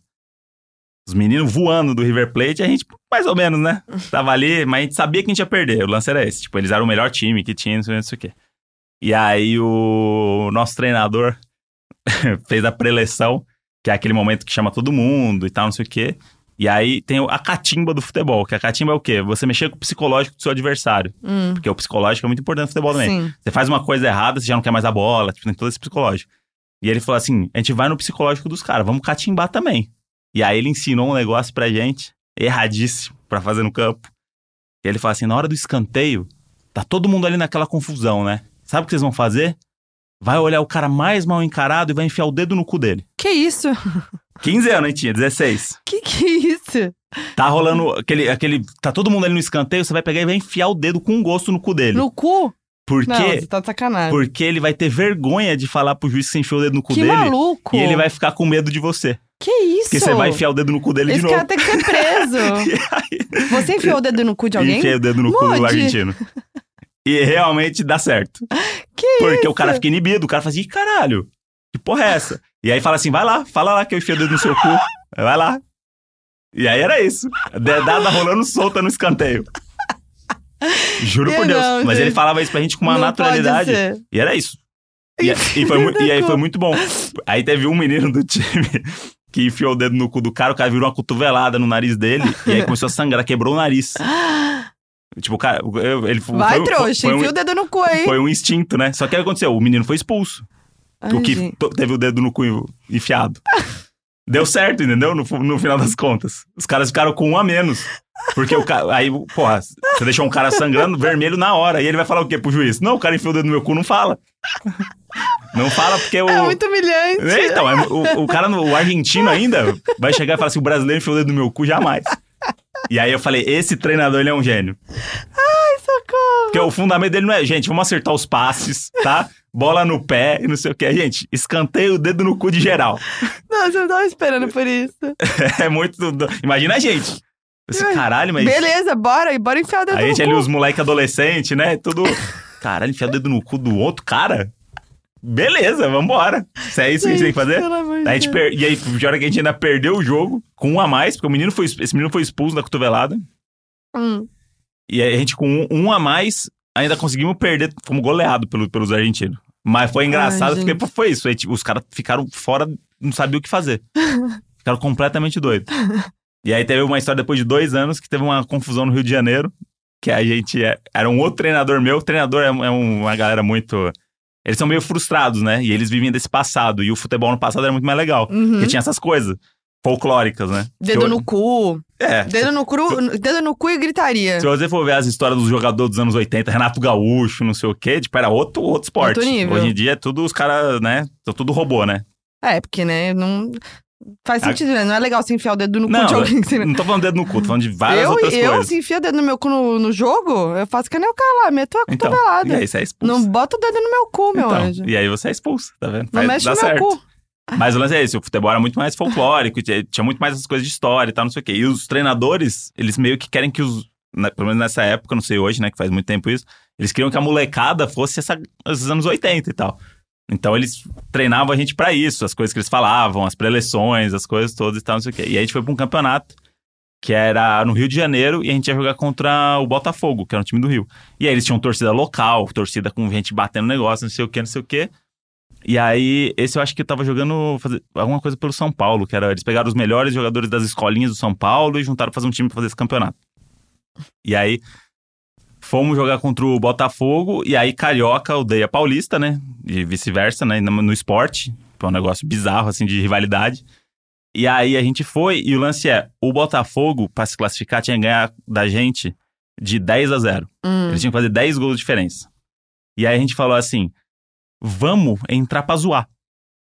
Os meninos voando do River Plate, a gente, mais ou menos, né? Tava ali, mas a gente sabia que a gente ia perder. O lance era esse. Tipo, eles eram o melhor time que tinha, não sei o que, não sei o quê. E aí o nosso treinador <laughs> fez a preleção, que é aquele momento que chama todo mundo e tal, não sei o quê. E aí tem a catimba do futebol, que a catimba é o quê? Você mexer com o psicológico do seu adversário.
Hum,
Porque o psicológico é muito importante no futebol também.
Sim.
Você faz uma coisa errada, você já não quer mais a bola, tipo, tem todo esse psicológico. E ele falou assim: a gente vai no psicológico dos caras, vamos catimbar também. E aí ele ensinou um negócio pra gente, erradíssimo, pra fazer no campo. E ele falou assim: na hora do escanteio, tá todo mundo ali naquela confusão, né? Sabe o que vocês vão fazer? Vai olhar o cara mais mal encarado e vai enfiar o dedo no cu dele.
Que isso? <laughs>
15 anos, hein, tinha? 16.
Que que é isso?
Tá rolando aquele, aquele. Tá todo mundo ali no escanteio, você vai pegar e vai enfiar o dedo com gosto no cu dele.
No cu?
Por
Não,
quê?
você tá de sacanagem.
Porque ele vai ter vergonha de falar pro juiz que você enfiou o dedo no cu
Que
dele.
maluco.
E ele vai ficar com medo de você.
Que isso?
Porque você vai enfiar o dedo no cu dele
Esse
de novo.
cara tem que
<laughs>
ser preso. Você enfiou o dedo no cu de
E
alguém?
enfiei o dedo no cu do
Morde. <laughs>
argentino. E realmente dá certo.
Que
Porque o cara fica inibido. O cara fala assim, "Ih, caralho, que porra é essa? E aí fala assim, vai lá, fala lá que eu enfiei o dedo no seu cu. <laughs> Vai lá. E aí era isso. Dedada rolando solta no
<laughs>
escanteio. Juro por
Eu
Deus.
não,
Mas
gente.
ele falava isso pra gente com uma
Não
naturalidade.
pode ser.
E era isso. E, e foi, mu- e aí foi muito bom. Aí teve um menino do time <laughs> que enfiou o dedo no cu do cara, o cara virou uma cotovelada no nariz dele, e aí começou a sangrar, quebrou o
<gasps>
nariz. Tipo, o cara, eu- ele foi,
Vai,
foi,
trouxa.
foi,
enfia o
um,
dedo no cu aí.
foi um instinto, né? Só que o que aconteceu? O menino foi expulso.
Ai,
o que
gente.
to- teve o dedo no cu
<laughs>
enfiado. Deu certo, entendeu? No, fu- no final das contas. Os caras ficaram com um a menos. Porque o cara. Aí, porra, você deixou um cara sangrando vermelho na hora. E ele vai falar o quê pro juiz? Não, o cara enfiou o dedo no meu cu, não fala. Não fala porque o.
É muito humilhante.
É, Então, é- o, o cara, no- o argentino ainda, vai chegar e falar assim: o brasileiro enfiou o dedo no meu cu, jamais. E aí eu falei: esse treinador, ele é um gênio.
Socorro.
Porque o fundamento dele não é, gente, vamos acertar os passes, tá? Bola no pé e não sei o que. Gente, escanteio o dedo no cu de geral. <laughs>
Não, você não tava esperando por isso.
É muito. do- Imagina a gente. Esse caralho, mas.
Beleza, bora. Bora enfiar o dedo
A
no
gente é
cu.
ali, os moleque adolescente, né? Tudo. Caralho, enfiar o dedo no cu do outro cara? beleza, vambora. Se é isso que a gente tem que fazer.
Pelo amor de
A gente
Deus.
per- E aí, de hora que a gente ainda perdeu o jogo, com um a mais, porque o menino foi, esse menino foi expulso da cotovelada.
Hum,
E aí a gente, com um, um a mais, ainda conseguimos perder, fomos goleados pelo, pelos argentinos. Mas foi engraçado,
Ai,
porque
gente.
pô, foi isso. aí, tipo, os caras ficaram fora, não sabiam o que
<laughs>
fazer. ficaram completamente doidos. E aí teve uma história depois de dois anos que teve uma confusão no Rio de Janeiro, que a gente é- era um outro treinador meu. O treinador é, um- é um- uma galera muito. Eles são meio frustrados, né? E eles vivem desse passado. E o futebol no passado era muito mais legal.
uhum.
Porque tinha essas coisas folclóricas, né?
Dedo
Que eu-
no cu.
É.
Dedo no, cru, dedo no cu e gritaria.
Se você for ver as histórias dos jogadores dos anos 80, Renato Gaúcho, não sei o quê, tipo, era outro, outro esporte.
Outro nível.
Hoje em dia, é tudo os caras, né? São tudo robô, né?
É, porque, né, não... Faz
A-
sentido, né? Não é legal você enfiar o dedo no
Não,
cu de alguém. <laughs> Assim, né?
Não tô falando dedo no cu, tô falando de várias
eu,
outras
eu
coisas.
se enfia dedo no meu cu no, no jogo, eu faço que nem o cara lá, meto a
Então,
cotovelada.
E aí você é expulso.
não bota o dedo no meu cu, meu
Então,
anjo.
E aí você é expulso, tá vendo?
Não
Faz-
mexe
dá
no
certo.
meu cu.
Mas o lance é esse, o futebol era muito mais folclórico, tinha tinha muito mais essas coisas de história e tal, não sei o quê. E os treinadores, eles meio que querem que os. na- pelo menos nessa época, não sei hoje, né? Que faz muito tempo isso. Eles queriam que a molecada fosse essa, esses anos 80 e tal. Então eles treinavam a gente pra isso, as coisas que eles falavam, as preleções, as coisas todas e tal, não sei o quê. E aí a gente foi pra um campeonato que era no Rio de Janeiro e a gente ia jogar contra o Botafogo, que era um time do Rio. E aí eles tinham torcida local, torcida com gente batendo negócio, não sei o quê, não sei o quê. E aí, esse eu acho que eu tava jogando fazer alguma coisa pelo São Paulo, que era. Eles pegaram os melhores jogadores das escolinhas do São Paulo e juntaram pra fazer um time pra fazer esse campeonato. E aí, fomos jogar contra o Botafogo, e aí Carioca odeia Paulista, né? E vice-versa, né? No, no esporte. que É um negócio bizarro, assim, de rivalidade. E aí a gente foi, e o lance é: o Botafogo, pra se classificar, tinha que ganhar da gente de 10 a 0.
Hum.
Eles tinham que fazer 10 gols de diferença. E aí a gente falou assim: vamos entrar pra zoar.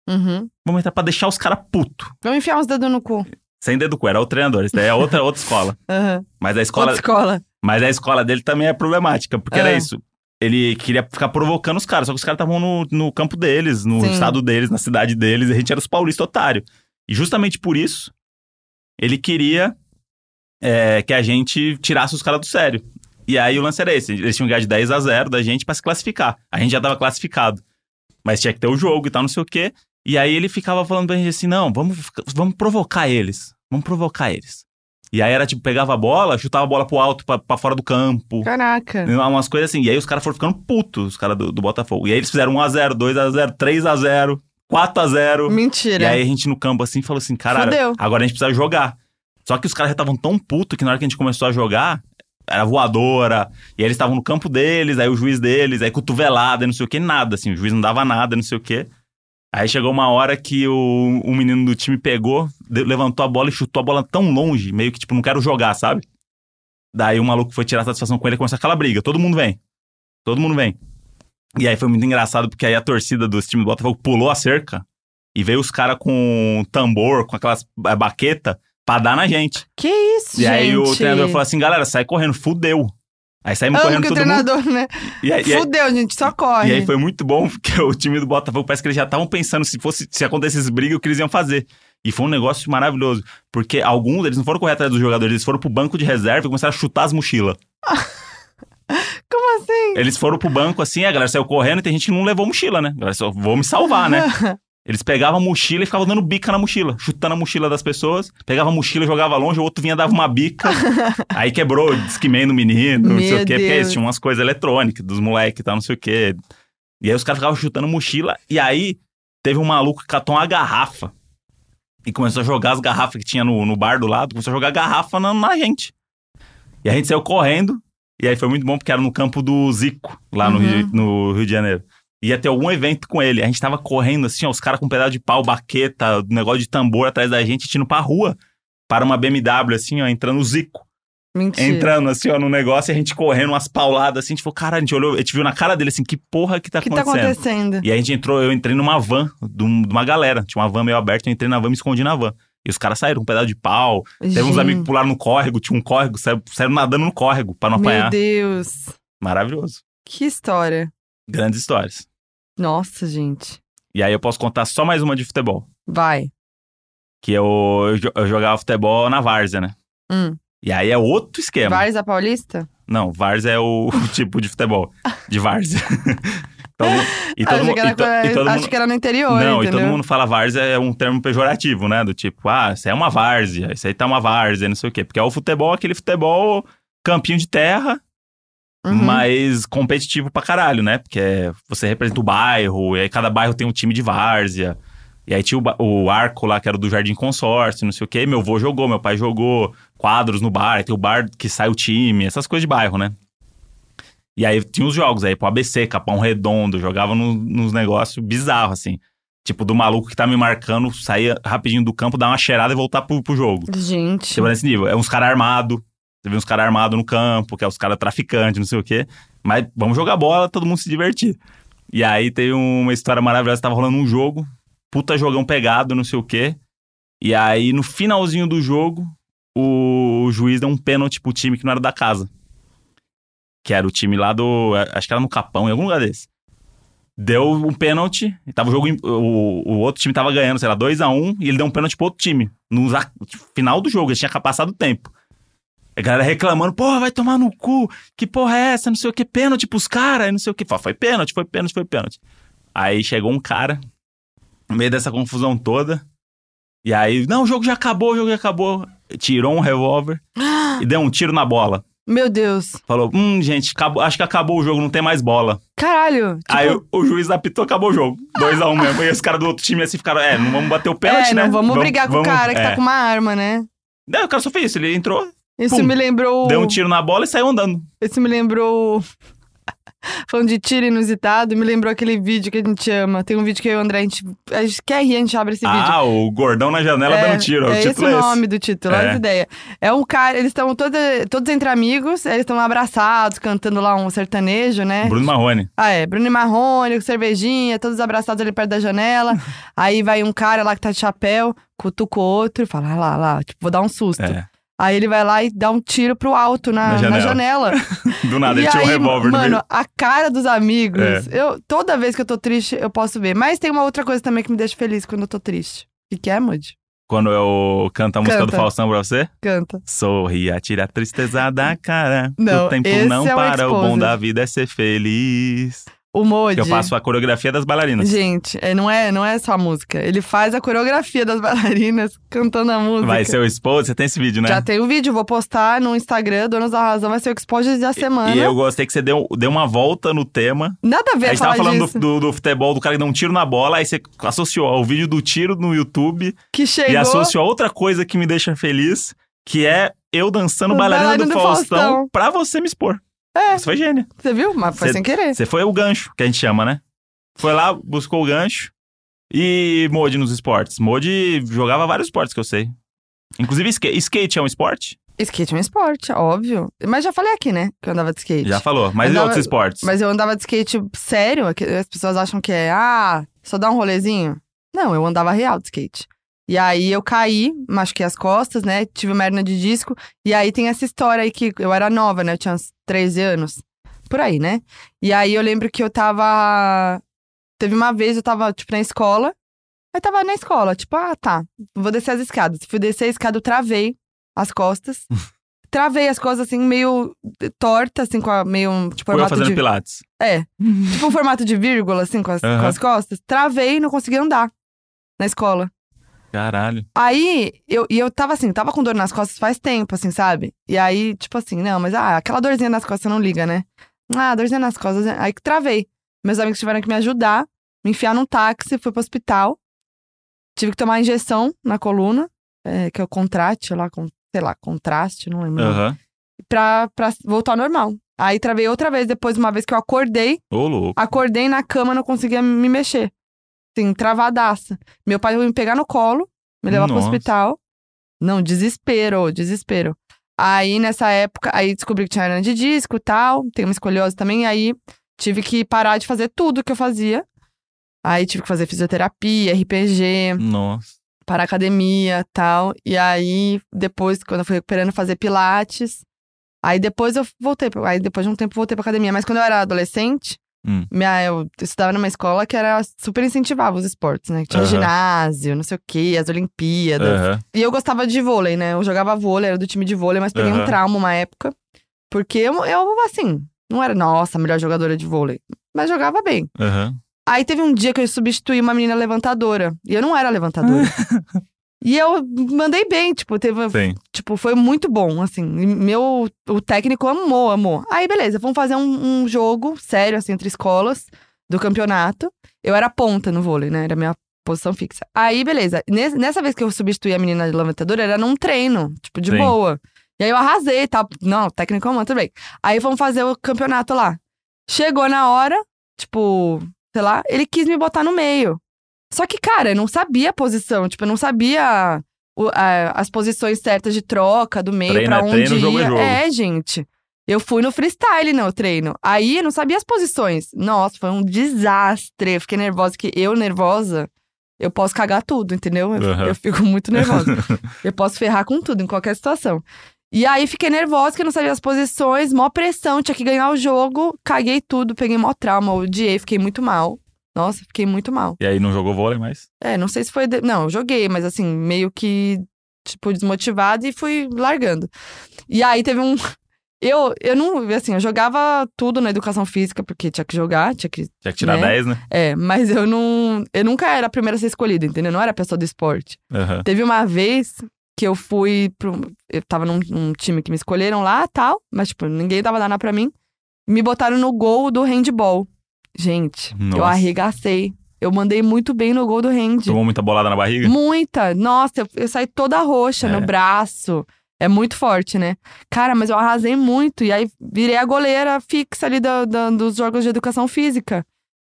Uhum.
Vamos entrar pra deixar os caras puto.
Vamos enfiar uns dedos no cu.
Sem dedo cu, era o treinador. Isso daí é outra, outra escola.
Uhum.
Mas a escola,
Outra escola.
mas a escola dele também é problemática, porque
Ah.
era isso. Ele queria ficar provocando os caras, só que os caras estavam no, no campo deles, no
Sim.
estado deles, na cidade deles, e a gente era os paulistas otário. E justamente por isso, ele queria é, que a gente tirasse os caras do sério. E aí o lance era esse: eles tinham que ganhar de 10 a 0 da gente pra se classificar. A gente já tava classificado, mas tinha que ter o jogo e tal, não sei o quê. E aí ele ficava falando pra gente assim: não, vamos, fica- vamos provocar eles. Vamos provocar eles. E aí era tipo, pegava a bola, chutava a bola pro alto, pra, pra fora do campo.
Caraca.
Umas coisas assim. E aí os caras foram ficando putos, os caras do, do Botafogo. E aí eles fizeram 1x0, 2x0, 3x0, 4x0. E
Mentira.
aí a gente no campo assim falou assim: caralho,
Fudeu.
agora a gente precisa jogar. Só que os caras já estavam tão putos que na hora que a gente começou a jogar, era voadora. E aí eles estavam no campo deles, aí o juiz deles, aí cotovelada, não sei o que, nada, assim. O juiz não dava nada, não sei o que. Aí chegou uma hora que o, o menino do time pegou, de- levantou a bola e chutou a bola tão longe, meio que tipo, não quero jogar, sabe? Daí o maluco foi tirar satisfação com ele e começou aquela briga. Todo mundo vem. Todo mundo vem. E aí foi muito engraçado, porque aí a torcida do time do Botafogo pulou a cerca e veio os caras com tambor, com aquelas eh, baqueta, pra dar na gente.
Que isso,
E
gente?
aí o treinador falou assim, galera, sai correndo, fudeu. Aí saímos
Amo
correndo
que o
todo mundo.
treinador, né?
<laughs> E aí, e aí-
Fudeu, gente, só corre.
e aí foi muito bom, <laughs> porque o time do Botafogo parece que eles já estavam pensando se fosse se acontecesse briga, o que eles iam fazer. E foi um negócio maravilhoso, porque alguns eles não foram correr atrás dos jogadores, eles foram pro banco de reserva e começaram a chutar as mochilas.
Como assim?
Eles foram pro banco assim, a galera saiu correndo e tem gente que não levou mochila, né? A galera só, vou me salvar, né? Eles pegavam a mochila e ficavam dando bica na mochila, chutando a mochila das pessoas. Pegava a mochila, jogava longe, o outro vinha dava uma
<laughs>
bica. aí quebrou, disquimei no menino, não sei
Meu
o quê, porque
Deus.
eles tinham umas coisas eletrônicas dos moleques e tal, não sei o quê. E aí os caras ficavam chutando mochila. E aí teve um maluco que catou uma garrafa e começou a jogar as garrafas que tinha no, no bar do lado, começou a jogar garrafa na, na gente. E a gente saiu correndo. E aí foi muito bom porque era no campo do Zico, lá no,
Uhum.
Rio, no Rio de Janeiro. Ia ter algum evento com ele. A gente tava correndo assim, ó, os caras com um pedaço de pau, baqueta, negócio de tambor atrás da gente, indo pra rua. Para uma BMW, assim, ó, entrando o Zico.
<laughs> Mentira.
Entrando, assim, ó, no negócio e a gente correndo umas pauladas, assim. A gente falou, cara, a gente olhou, a gente viu na cara dele, assim, que porra que tá
O que tá
acontecendo?
acontecendo?
E aí a gente entrou, eu entrei numa van de, um- de uma galera. Tinha uma van meio aberta, eu entrei na van e me escondi na van. E os caras saíram com um pedaço de pau. Teve uns
Gente,
amigos que pularam no córrego, tinha um córrego, saíram, saíram nadando no córrego pra não
Meu
apanhar.
Deus.
Maravilhoso.
Que história.
Grandes histórias.
Nossa, gente.
E aí eu posso contar só mais uma de futebol.
Vai.
Que é eu, eu, jo- eu jogava futebol na Várzea, né?
Hum.
E aí é outro esquema.
Várzea Paulista?
<laughs> Não, Várzea <laughs> é o, o tipo de futebol. De Várzea. Então, e todo,
acho,
mundo-
que era,
e to- e
coisa-
todo
acho
mundo-
que era no interior,
não, e
entendeu?
todo mundo fala várzea é um termo pejorativo, né? Do tipo, ah, isso é uma várzea, isso aí tá uma várzea, não sei o quê. Porque é o futebol, aquele futebol campinho de terra,
Uhum.
mas competitivo pra caralho, né? Porque é- você representa o bairro, e aí cada bairro tem um time de várzea. E aí tinha o, ba- o arco lá, que era do Jardim Consórcio, não sei o quê. Meu avô jogou, meu pai jogou, quadros no bar, tem o bar que sai o time, essas coisas de bairro, né? E aí tinha os jogos aí, pro ABC, Capão Redondo, jogava no- nos negócios bizarros, assim. Tipo, do maluco que tá me marcando, sair rapidinho do campo, dar uma cheirada e voltar pro, pro jogo.
Gente.
Tipo, nesse nível. É uns caras armados. Você vê uns caras armados no campo, que é os caras traficantes, não sei o quê. Mas vamos jogar bola, todo mundo se divertir. E aí tem uma história maravilhosa, tava rolando um jogo, puta jogão pegado, não sei o quê. E aí, no finalzinho do jogo, o, juiz deu um pênalti pro time que não era da casa. Que era o time lá do. Acho que era no Capão, em algum lugar desse. Deu um pênalti, e tava o jogo. em- O, o outro time tava ganhando, sei lá, 2x1, e ele deu um pênalti pro outro time. No za- final do jogo, ele tinha passado o tempo. A galera reclamando, porra, vai tomar no cu, que porra é essa, não sei o que, pênalti pros caras, e não sei o que. Foi pênalti, foi pênalti, foi pênalti. Aí chegou um cara, no meio dessa confusão toda, e aí, não, o jogo já acabou, o jogo já acabou. Tirou um revólver e deu um tiro na bola.
Meu Deus.
Falou, hum, gente, acabou- acho que acabou o jogo, não tem mais bola.
Caralho. Tipo,
Aí o, o juiz apitou, acabou o jogo. 2x1 mesmo. E os caras do outro time assim ficaram, é, não vamos bater o pênalti,
é,
né?
não vamos brigar com o cara que
é.
tá com uma arma, né?
Não, o cara só fez isso. Ele entrou,
Isso
Pum.
me lembrou.
deu um tiro na bola e saiu andando.
Isso me lembrou. <laughs> Falando de tiro inusitado, me lembrou aquele vídeo que a gente ama. Tem um vídeo que eu e o André, a gente, a gente quer rir, a gente abre esse vídeo.
ah, o gordão na janela
é,
dando tiro.
é
o
esse
título
o
é esse.
nome do título,
É.
é. essa ideia. É um cara, eles estão todos, todos entre amigos, eles estão abraçados, cantando lá um sertanejo, né?
Bruno Marrone.
Ah, é. Bruno e Marrone, com cervejinha, todos abraçados ali perto
<laughs>
da janela. Aí vai um cara lá que tá de chapéu, cutuca o outro e fala, ah lá, lá, tipo, vou dar um susto.
É.
Aí ele vai lá e dá um tiro pro alto na,
Na
na janela.
janela. Do <laughs> nada,
e
ele
aí,
tinha um revólver no meio. É.
mano, a cara dos amigos. Eu, toda vez que eu tô triste, eu posso ver. Mas tem uma outra coisa também que me deixa feliz quando eu tô triste. O que, que é, Moody?
Quando eu canto a música do
Canta.
Faustão pra você.
Canta.
Sorria, tira a tristeza da cara.
Não,
o tempo
esse
não
é um
para, o bom
exposed.
da vida é ser feliz.
O Moody.
Que eu faço a coreografia das bailarinas.
Gente, é, não, é, não é só a música. Ele faz a coreografia das <laughs> bailarinas cantando a música.
Vai ser o esposo, você tem esse vídeo, né?
Já tem o vídeo, vou postar no Instagram, Donos da Razão, vai ser o Exposed da semana.
E eu gostei que você deu, deu uma volta no tema.
Nada a ver
a gente
falar
tava falando
disso.
do, do- do futebol, do cara que deu um tiro na bola, aí você associou ao vídeo do tiro no YouTube
Que chegou.
e associou a outra coisa que me deixa feliz, que é eu dançando
O
bailarina do,
bailarina do
Faustão,
Faustão. É.
pra você me expor. Você foi gênio.
Você viu? Mas foi
Cê-
sem querer.
Você foi o gancho, que a gente chama, né? Foi lá, buscou o gancho e Modi nos esportes. Modi jogava vários esportes que eu sei. Inclusive, skate, skate é um esporte?
Skate é um esporte, óbvio. Mas já falei aqui, né? Que eu andava de skate.
Já falou. Mas e
Andava-
outros esportes?
Mas eu andava de skate sério, é que as pessoas acham que é, ah, só dar um rolezinho. Não, eu andava real de skate. E aí eu caí, machuquei as costas, né? Tive uma hernia de disco. E aí tem essa história aí que eu era nova, né? Eu tinha uns 13 anos. Por aí, né? E aí eu lembro que eu tava. Teve uma vez eu tava, tipo, na escola. Aí tava na escola, tipo, ah, tá, vou descer as escadas. Fui descer a escada, eu travei as
<laughs>
costas. travei as costas, assim, meio torta, assim, com a meio, tipo,
Ou eu
formato
fazendo
de...
pilates.
É. Tipo um formato de vírgula, assim, com as,
Aham.
com as costas. Travei e não consegui andar na escola.
Caralho.
Aí, eu, e eu tava assim, tava com dor nas costas faz tempo, assim, sabe? E aí, tipo assim, não, mas ah, aquela dorzinha nas costas você não liga, né? Ah, dorzinha nas costas. dorzinha- Aí que travei. Meus amigos tiveram que me ajudar, me enfiar num táxi, fui pro hospital. Tive que tomar injeção na coluna, é, que é o contraste lá, com, sei lá, contraste, não lembro.
Aham.
Pra, pra voltar ao normal. Aí travei outra vez, depois, uma vez que eu acordei,
Ô, louco.
Acordei na cama, não conseguia me mexer. Assim, travadaça. Meu pai foi me pegar no colo, me levar
Nossa.
pro hospital. Não, desespero, desespero. Aí, nessa época, aí descobri que tinha hernia de disco e tal. Tem uma escoliose também. Aí, tive que parar de fazer tudo que eu fazia. Aí, tive que fazer fisioterapia, RPG,
Nossa.
para academia tal. E aí, depois, quando eu fui recuperando, fazer pilates. Aí depois eu voltei. pra- Aí depois de um tempo eu voltei pra academia. Mas quando eu era adolescente,
Hum.
minha, eu estudava numa escola que era super incentivava os esportes, né? Que tinha
Aham. É.
ginásio, não sei o quê, as Olimpíadas.
Aham.
E eu gostava de vôlei, né? Eu jogava vôlei, era do time de vôlei, mas peguei
Aham.
um trauma uma época. Porque eu, eu, assim, não era, nossa, a melhor jogadora de vôlei. mas jogava bem.
Aham.
Aí teve um dia que eu substituí uma menina levantadora. E eu não
<laughs>
era levantadora. e eu mandei bem, tipo, teve,
Sim.
tipo, foi muito bom, assim. E Meu, o técnico amou, amou. Aí, beleza, vamos fazer um, um jogo sério, assim, entre escolas do campeonato. Eu era ponta no vôlei, né? Era a minha posição fixa. Aí, beleza. Nes- Nessa vez que eu substituí a menina levantadora, era num treino, tipo, de
Sim.
boa. E aí eu arrasei, tá? Não, o técnico amou, tudo bem. Aí vamos fazer o campeonato lá. Chegou na hora, tipo, sei lá, ele quis me botar no meio. Só que, cara, eu não sabia a posição, tipo, eu não sabia o- a- as posições certas de troca do meio
Treino
pra
é
onde
treino,
ia.
jogo é jogo.
É, gente. Eu fui no freestyle, não, treino. Aí eu não sabia as posições. Nossa, foi um desastre. Eu fiquei nervosa, que eu nervosa, eu posso cagar tudo, entendeu? Eu-
Aham.
eu fico muito nervosa. Eu posso ferrar com tudo, em qualquer situação. E aí fiquei nervosa, que eu não sabia as posições, mó pressão, tinha que ganhar o jogo, caguei tudo, peguei mó trauma, odiei, fiquei muito mal. Nossa, fiquei muito mal.
E aí não jogou vôlei mais?
É, não sei se foi. de- Não, eu joguei, mas assim, meio que, tipo, desmotivada e fui largando. E aí teve um. <laughs> Eu, eu não. Assim, eu jogava tudo na educação física, porque tinha que jogar, tinha que
Tinha que tirar
Né?
10, né?
é, mas eu não. Eu nunca era a primeira a ser escolhida, entendeu? Eu não era a pessoa do esporte.
Aham.
Teve uma vez que eu fui pro. Eu tava num, num time que me escolheram lá tal, mas, tipo, ninguém dava nada pra mim. Me botaram no gol do handball. Gente, eu
Nossa.
arregacei. Eu mandei muito bem no gol do hand.
Tomou muita bolada na barriga?
Muita! Nossa, eu, eu saí toda roxa
É.
no braço. É muito forte, né? Cara, mas eu arrasei muito. E aí virei a goleira fixa ali da- da- dos jogos de educação física.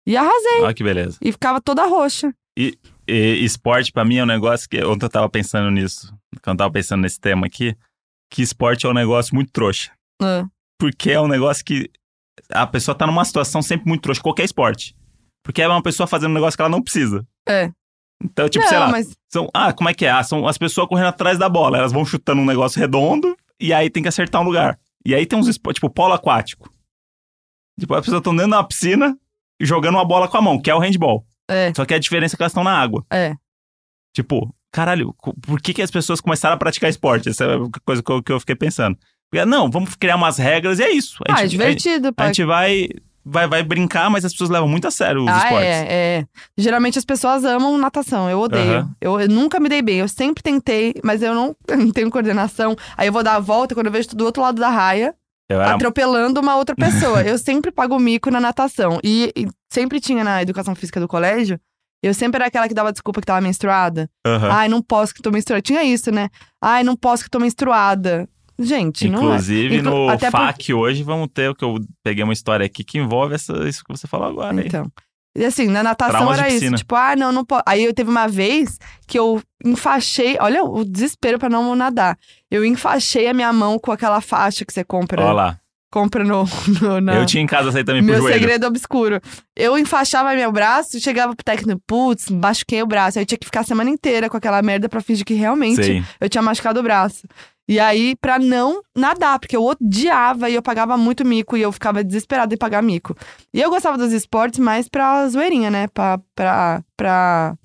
E arrasei.
Olha Ah, que beleza.
E ficava toda roxa.
E esporte, pra mim, é um negócio que. Ontem eu tava pensando nisso. Quando eu tava pensando nesse tema aqui. Que esporte é um negócio muito trouxa.
Ah,
Porque é um negócio que. A pessoa tá numa situação sempre muito trouxa, qualquer esporte. Porque é uma pessoa fazendo um negócio que ela não precisa.
É.
Então, tipo,
não,
sei lá.
mas
São, ah, como é que é? Ah, são as pessoas correndo atrás da bola. Elas vão chutando um negócio redondo e aí tem que acertar um lugar. E aí tem uns esportes, tipo polo aquático. Tipo, as pessoas estão dentro de uma piscina e jogando uma bola com a mão, que é o handball.
É.
Só que a diferença é que elas estão na água.
É.
Tipo, caralho, co- por que, que as pessoas começaram a praticar esporte? Essa é a coisa que eu, que eu fiquei pensando. Porque, ah, não, vamos criar umas regras e é isso. A
ah, é
gente, a-
divertido.
a,
pra-
gente vai, vai, vai brincar, mas as pessoas levam muito a sério os
ah,
esportes.
É, é. Geralmente as pessoas amam natação, eu odeio.
Aham.
Eu, eu nunca me dei bem, eu sempre tentei, mas eu não, <laughs> não tenho coordenação. Aí eu vou dar a volta quando eu vejo do outro lado da raia,
Eu era
atropelando uma
<laughs>
outra pessoa. eu sempre pago mico na natação. E, e sempre tinha na educação física do colégio, eu sempre era aquela que dava desculpa que tava menstruada.
um, Aham.
Ai, não posso que tô menstruada. Tinha isso, né? Ai, não posso que tô menstruada. Gente, não é.
Inclusive,
Inclu-
no
até por-
FAC hoje vamos ter o que eu peguei uma história aqui que envolve essa- isso que você falou agora. aí.
Então. E assim, na natação
Traumas de
era isso.
piscina.
Tipo, ah, não, não pode. Aí eu teve uma vez que eu enfaixei. Olha o desespero pra não nadar. Eu enfaixei a minha mão com aquela faixa que você
Olha
compra,
lá.
compra no. no- na-
Eu tinha em casa essa aí também pro
Meu
joelho.
segredo obscuro. Eu enfaixava meu braço, chegava pro técnico, putz, machuquei o braço. Aí eu tinha que ficar a semana inteira com aquela merda pra fingir que realmente
Sei.
eu tinha machucado o braço. E aí, pra não nadar, porque eu odiava e eu pagava muito mico e eu ficava desesperada em pagar mico. E eu gostava dos esportes mais pra zoeirinha, né? Pra. pra, pra...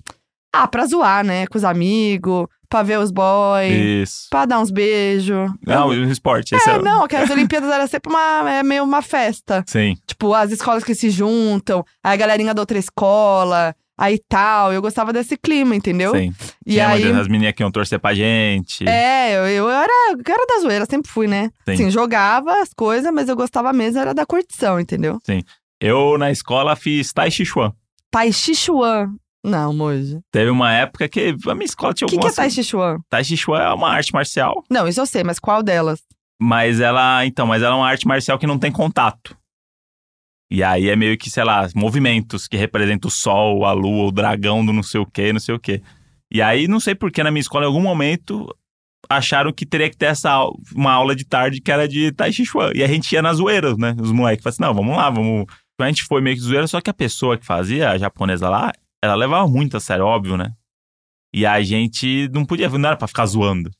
Ah, pra zoar, né? Com os amigos, pra ver os boys,
Isso.
pra dar uns beijos.
Não, o esporte. esse
É,
era-
não, que as Olimpíadas era sempre uma, é meio uma festa.
Sim.
Tipo, as escolas que se juntam, aí a galerinha da outra escola, aí tal. Eu gostava desse clima, entendeu?
Sim.
E
tinha
aí.
as meninas que iam torcer pra gente.
É, eu, eu era, eu era da zoeira, sempre fui, né?
Sim.
Assim, jogava as coisas, mas eu gostava mesmo, era da curtição, entendeu?
Eu, na escola, fiz Tai Chi Chuan.
Tai Chi Chuan. Não, Moji.
Teve uma época que a minha escola tinha
O que, que é
algumas...
Tai Chi Chuan?
tai Chi Chuan é uma arte marcial,
Não, isso eu sei, mas qual delas?
mas ela... Então, mas ela é uma arte marcial que não tem contato. E aí é meio que, sei lá, movimentos que representam o sol, a lua, o dragão do não sei o quê, não sei o quê. E aí, não sei por que na minha escola, em algum momento, acharam que teria que ter essa au- uma aula de tarde que era de Tai Chi Chuan. E a gente ia nas zoeiras, né? Os moleques falaram assim, não, vamos lá, vamos... Então, A gente foi meio que zoeira, só que a pessoa que fazia, a japonesa lá, ela levava muito a sério, óbvio, né? E a gente não podia, não era pra ficar zoando.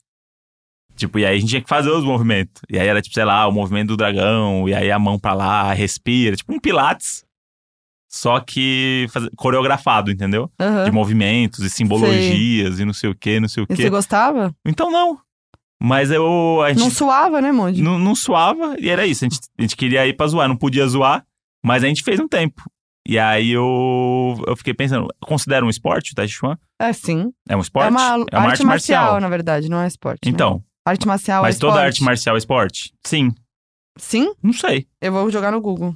Tipo, e aí a gente tinha que fazer os movimentos. E aí era tipo, sei lá, o movimento do dragão, e aí a mão pra lá, respira, tipo um pilates. Só que faz- coreografado, entendeu?
Aham.
de movimentos e simbologias e não sei o que, não sei o
E você
que.
gostava?
Então não. Mas eu a
Não
gente
suava, né, Moji?
não, não suava e era isso. A gente, a gente queria ir pra zoar, não podia zoar. Mas a gente fez um tempo. E aí eu, eu fiquei pensando, considera um esporte o Tai Chi Chuan?
Assim.
É um esporte?
É uma,
é uma arte marcial.
na verdade, não é esporte. né?
Então,
Arte marcial
mas
é
toda
esporte.
arte marcial é esporte? Sim,
Sim?
não sei.
Eu vou jogar no Google.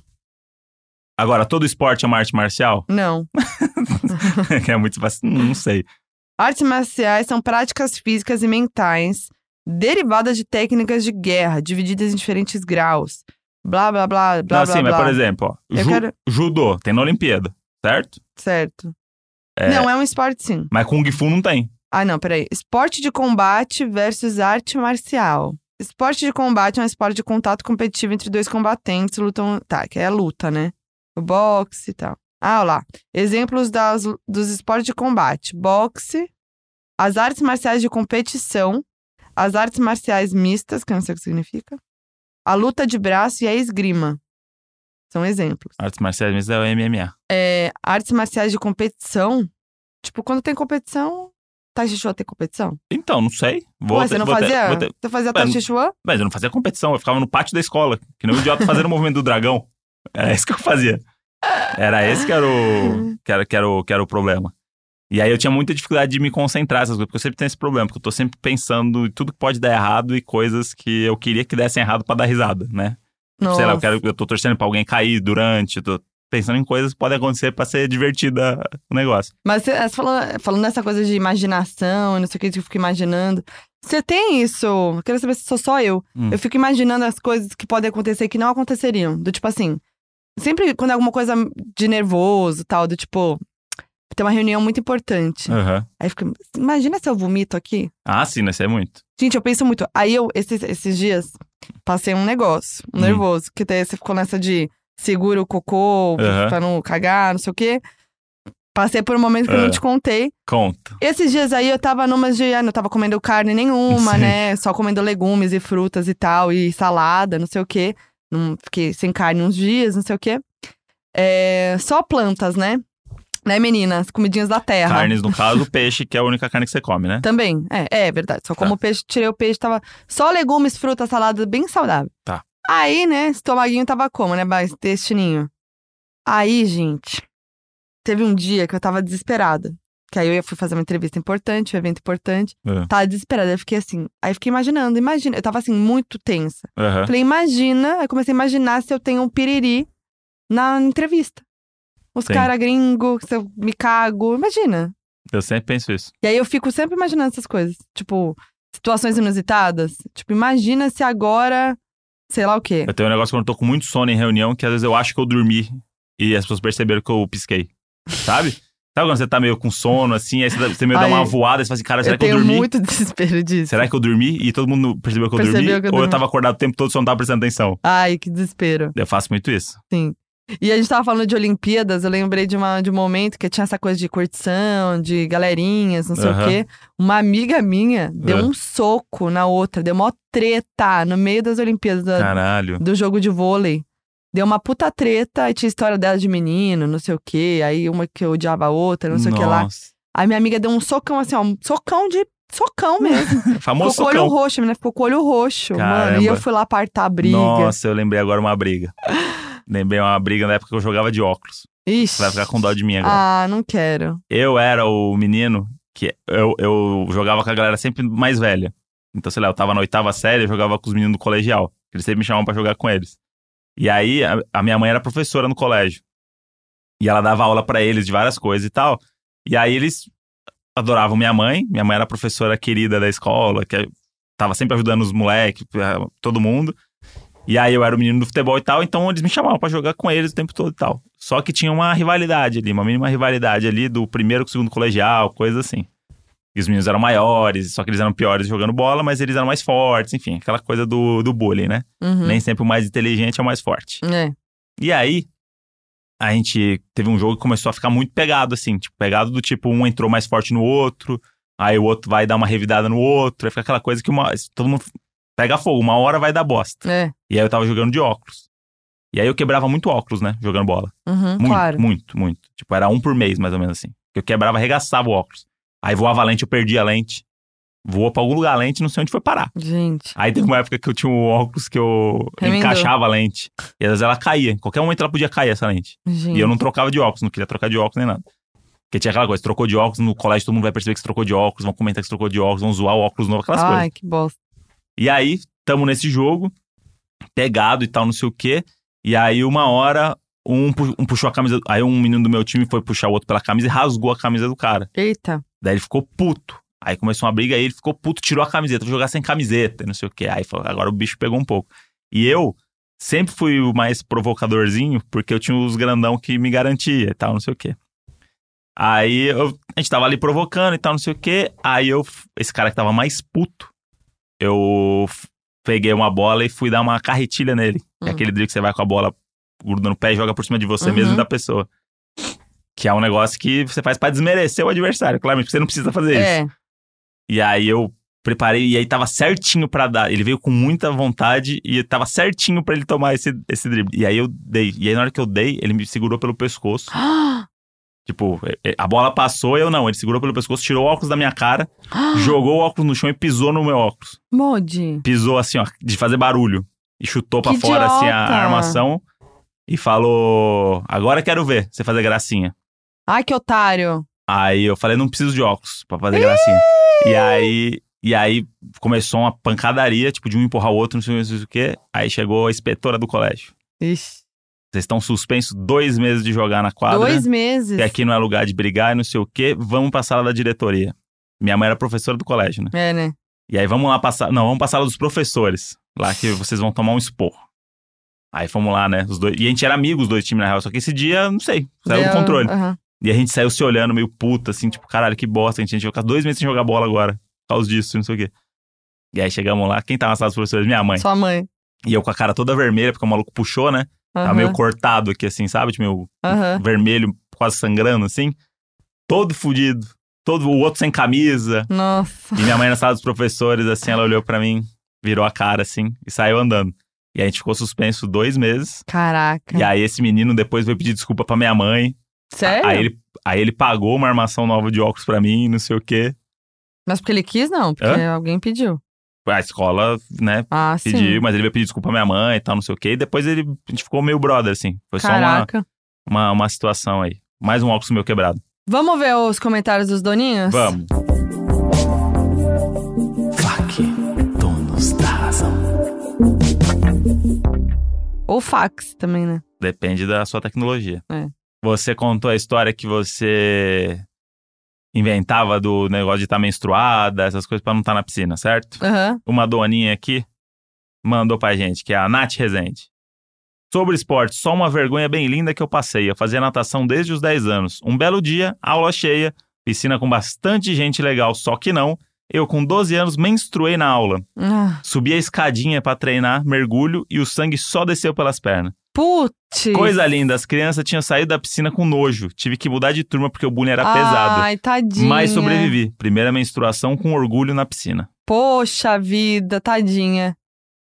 Agora, todo esporte é uma arte marcial? <laughs>
Não.
é muito fácil, hum, não sei.
Artes marciais são práticas físicas e mentais derivadas de técnicas de guerra, divididas em diferentes graus. Blá, blá, blá, blá,
não,
blá,
assim, mas
blá.
por exemplo, ó,
Eu
ju-
quero...
judô tem na Olimpíada, certo?
Certo.
É.
Não, é um esporte, sim.
Mas Kung Fu não tem.
Ah, não, peraí. Esporte de combate versus arte marcial. Esporte de combate é um esporte de contato competitivo entre dois combatentes, lutam. Tá, que é a luta, né? O boxe e tal. Ah, olha lá. Exemplos das, dos esportes de combate: boxe, as artes marciais de competição, as artes marciais mistas, que eu não sei o que significa, a luta de braço e a esgrima. São exemplos.
Artes marciais mesmo é o MMA.
É, artes marciais de competição, tipo, quando tem competição. Tai Chi Chuan tem competição?
Então, não sei. Vou
Ué,
ter-
você não
vou ter-
fazia?
vou ter-
Você fazia
Ué,
Tai Chi Chuan?
Mas eu não fazia competição, eu ficava no pátio da escola, que nem um idiota fazendo o movimento do dragão. Era isso que eu fazia. Era esse que era o, que era, que era o, que era o problema. E aí eu tinha muita dificuldade de me concentrar nessas coisas, porque eu sempre tenho esse problema, porque eu tô sempre pensando em tudo que pode dar errado e coisas que eu queria que dessem errado pra dar risada, né?
Nossa.
Sei lá, eu, quero, eu tô torcendo pra alguém cair durante, eu tô pensando em coisas que podem acontecer pra ser divertida o negócio.
Mas você, você falou, falando dessa coisa de imaginação, e não sei o que, que eu fico imaginando. Você tem isso? Eu Quero saber se sou só eu.
Hum.
Eu fico imaginando as coisas que podem acontecer que não aconteceriam. Do tipo assim, sempre quando é alguma coisa de nervoso e tal, do tipo, tem uma reunião muito importante.
Aham.
Aí fica, imagina se eu vomito aqui?
Ah, sim, né? Isso é muito.
Gente, eu penso muito. Aí eu, esses, esses dias, passei um negócio, um
Hum.
nervoso, que daí você ficou nessa de segura o cocô
Aham.
pra não cagar, não sei o quê. Passei por um momento que eu
É.
não te contei.
Conta.
Esses dias aí eu tava numa de. ah, Não tava comendo carne nenhuma,
Sim.
né? Só comendo legumes e frutas e tal, e salada, não sei o quê. Não, fiquei sem carne uns dias, não sei o quê. É, só plantas, né? Né, meninas? Comidinhas da terra.
Carnes, no caso, peixe, que é a única carne que você come,
<laughs>
né?
Também, é, é verdade. Só
Tá.
como peixe, tirei o peixe, tava só legumes, frutas, salada, bem saudável.
Tá.
Aí, né, estomaguinho tava como, né, ba- intestininho. Aí, gente, teve um dia que eu tava desesperada. Que aí eu fui fazer uma entrevista importante, um evento importante.
É.
Tava desesperada, eu fiquei assim. Aí fiquei imaginando, imagina. Eu tava assim, muito tensa.
Aham.
Falei, imagina. Aí comecei a imaginar se eu tenho um piriri na entrevista. Os
Sim.
caras gringos, se eu me cago. Imagina.
Eu sempre penso isso.
E aí eu fico sempre imaginando essas coisas. Tipo, situações inusitadas. Tipo, imagina se agora. Sei lá o quê.
Eu tenho um negócio quando eu tô com muito sono em reunião, que às vezes eu acho que eu dormi e as pessoas perceberam que eu pisquei. Sabe? Sabe quando você tá meio com sono, assim, aí você, dá- você meio dá
Ai,
uma voada, você fala assim, cara, será
eu
que eu
tenho
dormi?
muito <laughs> desespero disso.
Será que eu dormi? E todo mundo percebeu que eu
Percebeu
dormi?
que eu
ou eu
dormi.
tava acordado o tempo todo e só não tava prestando atenção?
Ai, que desespero.
Eu faço muito isso.
E a gente tava falando de Olimpíadas, eu lembrei de, uma, de um momento que tinha essa coisa de curtição, de galerinhas, não sei
Aham.
o quê. Uma amiga minha deu
É.
um soco na outra, deu mó treta no meio das Olimpíadas, da-
Caralho.
do jogo de vôlei. Deu uma puta treta, e tinha história dela de menino, não sei o quê. Aí uma que odiava a outra, não sei o que lá.
Nossa.
Aí minha amiga deu um socão assim, ó, um socão de socão mesmo. Ficou
Famoso
com o olho
socão.
roxo, a menina ficou com o olho roxo, mano.
Caramba.
E eu fui lá apartar a briga.
Nossa, eu lembrei agora uma briga. lembrei uma briga na época que eu jogava de óculos.
Ixi.
Você vai ficar com dó de mim agora.
Ah, não quero.
Eu era o menino que eu, eu jogava com a galera sempre mais velha. Então, sei lá, eu tava na oitava série, eu jogava com os meninos do colegial. que Eles sempre me chamavam pra jogar com eles. E aí, a, a minha mãe era professora no colégio. E ela dava aula pra eles de várias coisas e tal. E aí eles adoravam minha mãe. Minha mãe era a professora querida da escola, que tava sempre ajudando os moleques, todo mundo. E aí eu era o menino do futebol e tal, então eles me chamavam pra jogar com eles o tempo todo e tal. Só que tinha uma rivalidade ali, uma mínima rivalidade ali do primeiro com o segundo colegial, coisa assim. E os meninos eram maiores, só que eles eram piores jogando bola, mas eles eram mais fortes, enfim, aquela coisa do, do bullying, né?
Uhum.
Nem sempre o mais inteligente é o mais forte.
É.
E aí, a gente teve um jogo que começou a ficar muito pegado, assim. Tipo, pegado do tipo, um entrou mais forte no outro, aí o outro vai dar uma revidada no outro, aí fica aquela coisa que uma, todo mundo pega fogo, uma hora vai dar bosta.
É.
E aí eu tava jogando de óculos. E aí eu quebrava muito óculos, né? Jogando bola.
Uhum,
Muito,
claro.
muito, muito. Tipo, era um por mês, mais ou menos assim. Eu quebrava, arregaçava o óculos. Aí voava a lente, eu perdia a lente. voou pra algum lugar a lente, não sei onde foi parar.
Gente.
Aí teve uma época que eu tinha um óculos que eu
Remendou.
encaixava a lente. E às vezes ela caía. Em qualquer momento ela podia cair essa lente.
Gente.
E eu não trocava de óculos, não queria trocar de óculos nem nada. Porque tinha aquela coisa, trocou de óculos, no colégio todo mundo vai perceber que você trocou de óculos, vão comentar que você trocou de óculos, vão zoar o óculos novo, aquelas coisas.
Ai, que bosta.
E aí, tamo nesse jogo, pegado e tal, não sei o quê. E aí, uma hora, um, pu- um puxou a camisa. Aí, um menino do meu time foi puxar o outro pela camisa e rasgou a camisa do cara.
Eita.
Daí ele ficou puto. Aí começou uma briga, aí ele ficou puto, tirou a camiseta, vou jogar sem camiseta, e não sei o quê. Aí falou, agora o bicho pegou um pouco. E eu sempre fui o mais provocadorzinho, porque eu tinha os grandão que me garantia e tal, não sei o quê. Aí eu- a gente tava ali provocando e tal, não sei o quê. Aí eu, esse cara que tava mais puto, eu f- peguei uma bola e fui dar uma carretilha nele. É
Hum.
aquele drible que você vai com a bola, gruda no pé e joga por cima de você
Uhum.
mesmo e da pessoa. Que é um negócio que você faz pra desmerecer o adversário, claramente, porque você não precisa fazer isso.
É. <gasps>
E aí eu preparei, e aí tava certinho pra dar. Ele veio com muita vontade e tava certinho pra ele tomar esse, esse drible. E aí eu dei. E aí na hora que eu dei, ele me segurou pelo pescoço.
Ah,
Tipo, é- é- a bola passou, eu não. Ele segurou pelo pescoço, tirou o óculos da minha
<gasps>
cara,
ah,
jogou o óculos no chão e pisou no meu óculos.
Modi.
Pisou assim, ó, de fazer barulho. E chutou pra
Que
fora, assim, a
idiota!
armação. E falou: Agora quero ver você fazer gracinha.
Ai, que otário.
Aí eu falei, não preciso de óculos pra fazer gracinha. E aí, e aí começou uma pancadaria, tipo, de um empurrar o outro, não sei, o que, não sei o que. Aí chegou a inspetora do colégio.
Ixi.
Vocês estão suspensos dois meses de jogar na quadra.
Dois meses.
E aqui não é lugar de brigar e não sei o que. Vamos pra sala da diretoria. Minha mãe era professora do colégio, né?
É, né?
E aí vamos lá passar. Não, vamos pra sala dos professores. Lá que vocês vão tomar um esporro. Aí fomos lá, né? Os dois. E a gente era amigo, os dois times, na real. Só que esse dia, não sei, saiu do
Deu-
controle.
Aham.
E a gente saiu se olhando meio puta, assim, tipo, caralho, que bosta, a gente vai ficar dois meses sem jogar bola agora, por causa disso, não sei o quê. E aí chegamos lá, quem tava na sala dos professores? Minha mãe.
Sua mãe.
E eu com a cara toda vermelha, porque o maluco puxou, né? Tava
Aham,
meio cortado aqui, assim, sabe? Tipo, meio
aham.
vermelho, quase sangrando, assim. Todo fudido. Todo, o outro sem camisa.
Nossa.
E minha mãe na sala dos professores, assim, ela olhou pra mim, virou a cara, assim, e saiu andando. E a gente ficou suspenso dois meses.
Caraca.
E aí esse menino depois veio pedir desculpa pra minha mãe.
Sério?
Aí ele, aí ele pagou uma armação nova de óculos pra mim, não sei o quê.
Mas porque ele quis, não. Porque alguém pediu.
A escola, né,
Ah, sim.
pediu, mas ele veio pedir desculpa à minha mãe e tal, não sei o quê. E depois ele, a gente ficou meio brother, assim. Foi só
Caraca.
uma, uma, uma situação aí. Mais um óculos meu quebrado.
Vamos ver os comentários dos doninhos?
Vamos. Fuck, donos da razão.
Ou fax também, né?
Depende da sua tecnologia.
É.
Você contou a história que você inventava do negócio de estar menstruada, essas coisas, pra não estar na piscina, certo?
Aham.
uma doninha aqui mandou pra gente, que é a Nath Rezende. Sobre esporte, só uma vergonha bem linda que eu passei. Eu fazia natação desde os 10 anos. Um belo dia, aula cheia, piscina com bastante gente legal, só que não. Eu, com 12 anos, menstruei na aula.
Ah,
Subi a escadinha pra treinar, mergulho e o sangue só desceu pelas pernas.
Putz.
Coisa linda, as crianças tinham saído da piscina com nojo. Tive que mudar de turma porque o bullying era pesado.
Ai, tadinha.
Mas sobrevivi. Primeira menstruação com orgulho na piscina.
Poxa vida, tadinha.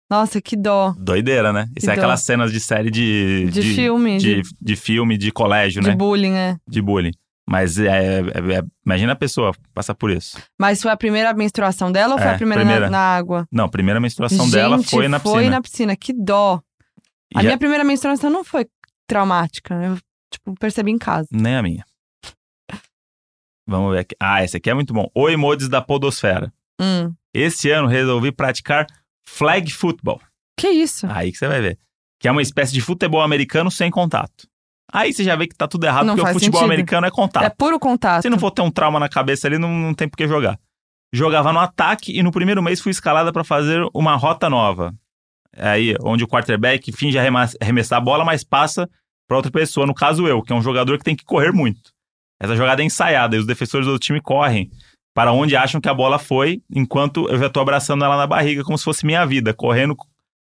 Nossa, que dó.
Doideira, né? Isso é
dó.
aquelas cenas de série de.
Então, De, filme, de,
De, de filme, de colégio,
de
né?
bullying, é.
De bullying. Mas é, é- é- imagina a pessoa passar por isso.
Mas foi a primeira menstruação dela ou foi
É,
a primeira, na-
primeira.
Na, água?
Não, a primeira menstruação
Gente,
dela foi na
Foi
piscina.
na piscina, que dó. A
E
minha primeira menstruação não foi traumática. Eu, tipo, percebi em casa.
Nem a minha. Vamos ver aqui. Ah, esse aqui é muito bom. Oi, modes da Podosfera.
Hum.
Esse ano resolvi praticar flag football.
Que isso?
Aí que você vai ver. Que é uma espécie de futebol americano sem contato. Aí você já vê que tá tudo errado,
Não
porque o
faz
futebol
sentido.
americano é contato.
É puro contato.
Se não for ter um trauma na cabeça ali, não, não tem por que jogar. Jogava no ataque e no primeiro mês fui escalada pra fazer uma rota nova. É Aí, onde o quarterback finge arrema- arremessar a bola, mas passa pra outra pessoa, no caso eu, que é um jogador que tem que correr muito. Essa jogada é ensaiada e os defensores do time correm para onde acham que a bola foi, enquanto eu já tô abraçando ela na barriga como se fosse minha vida, correndo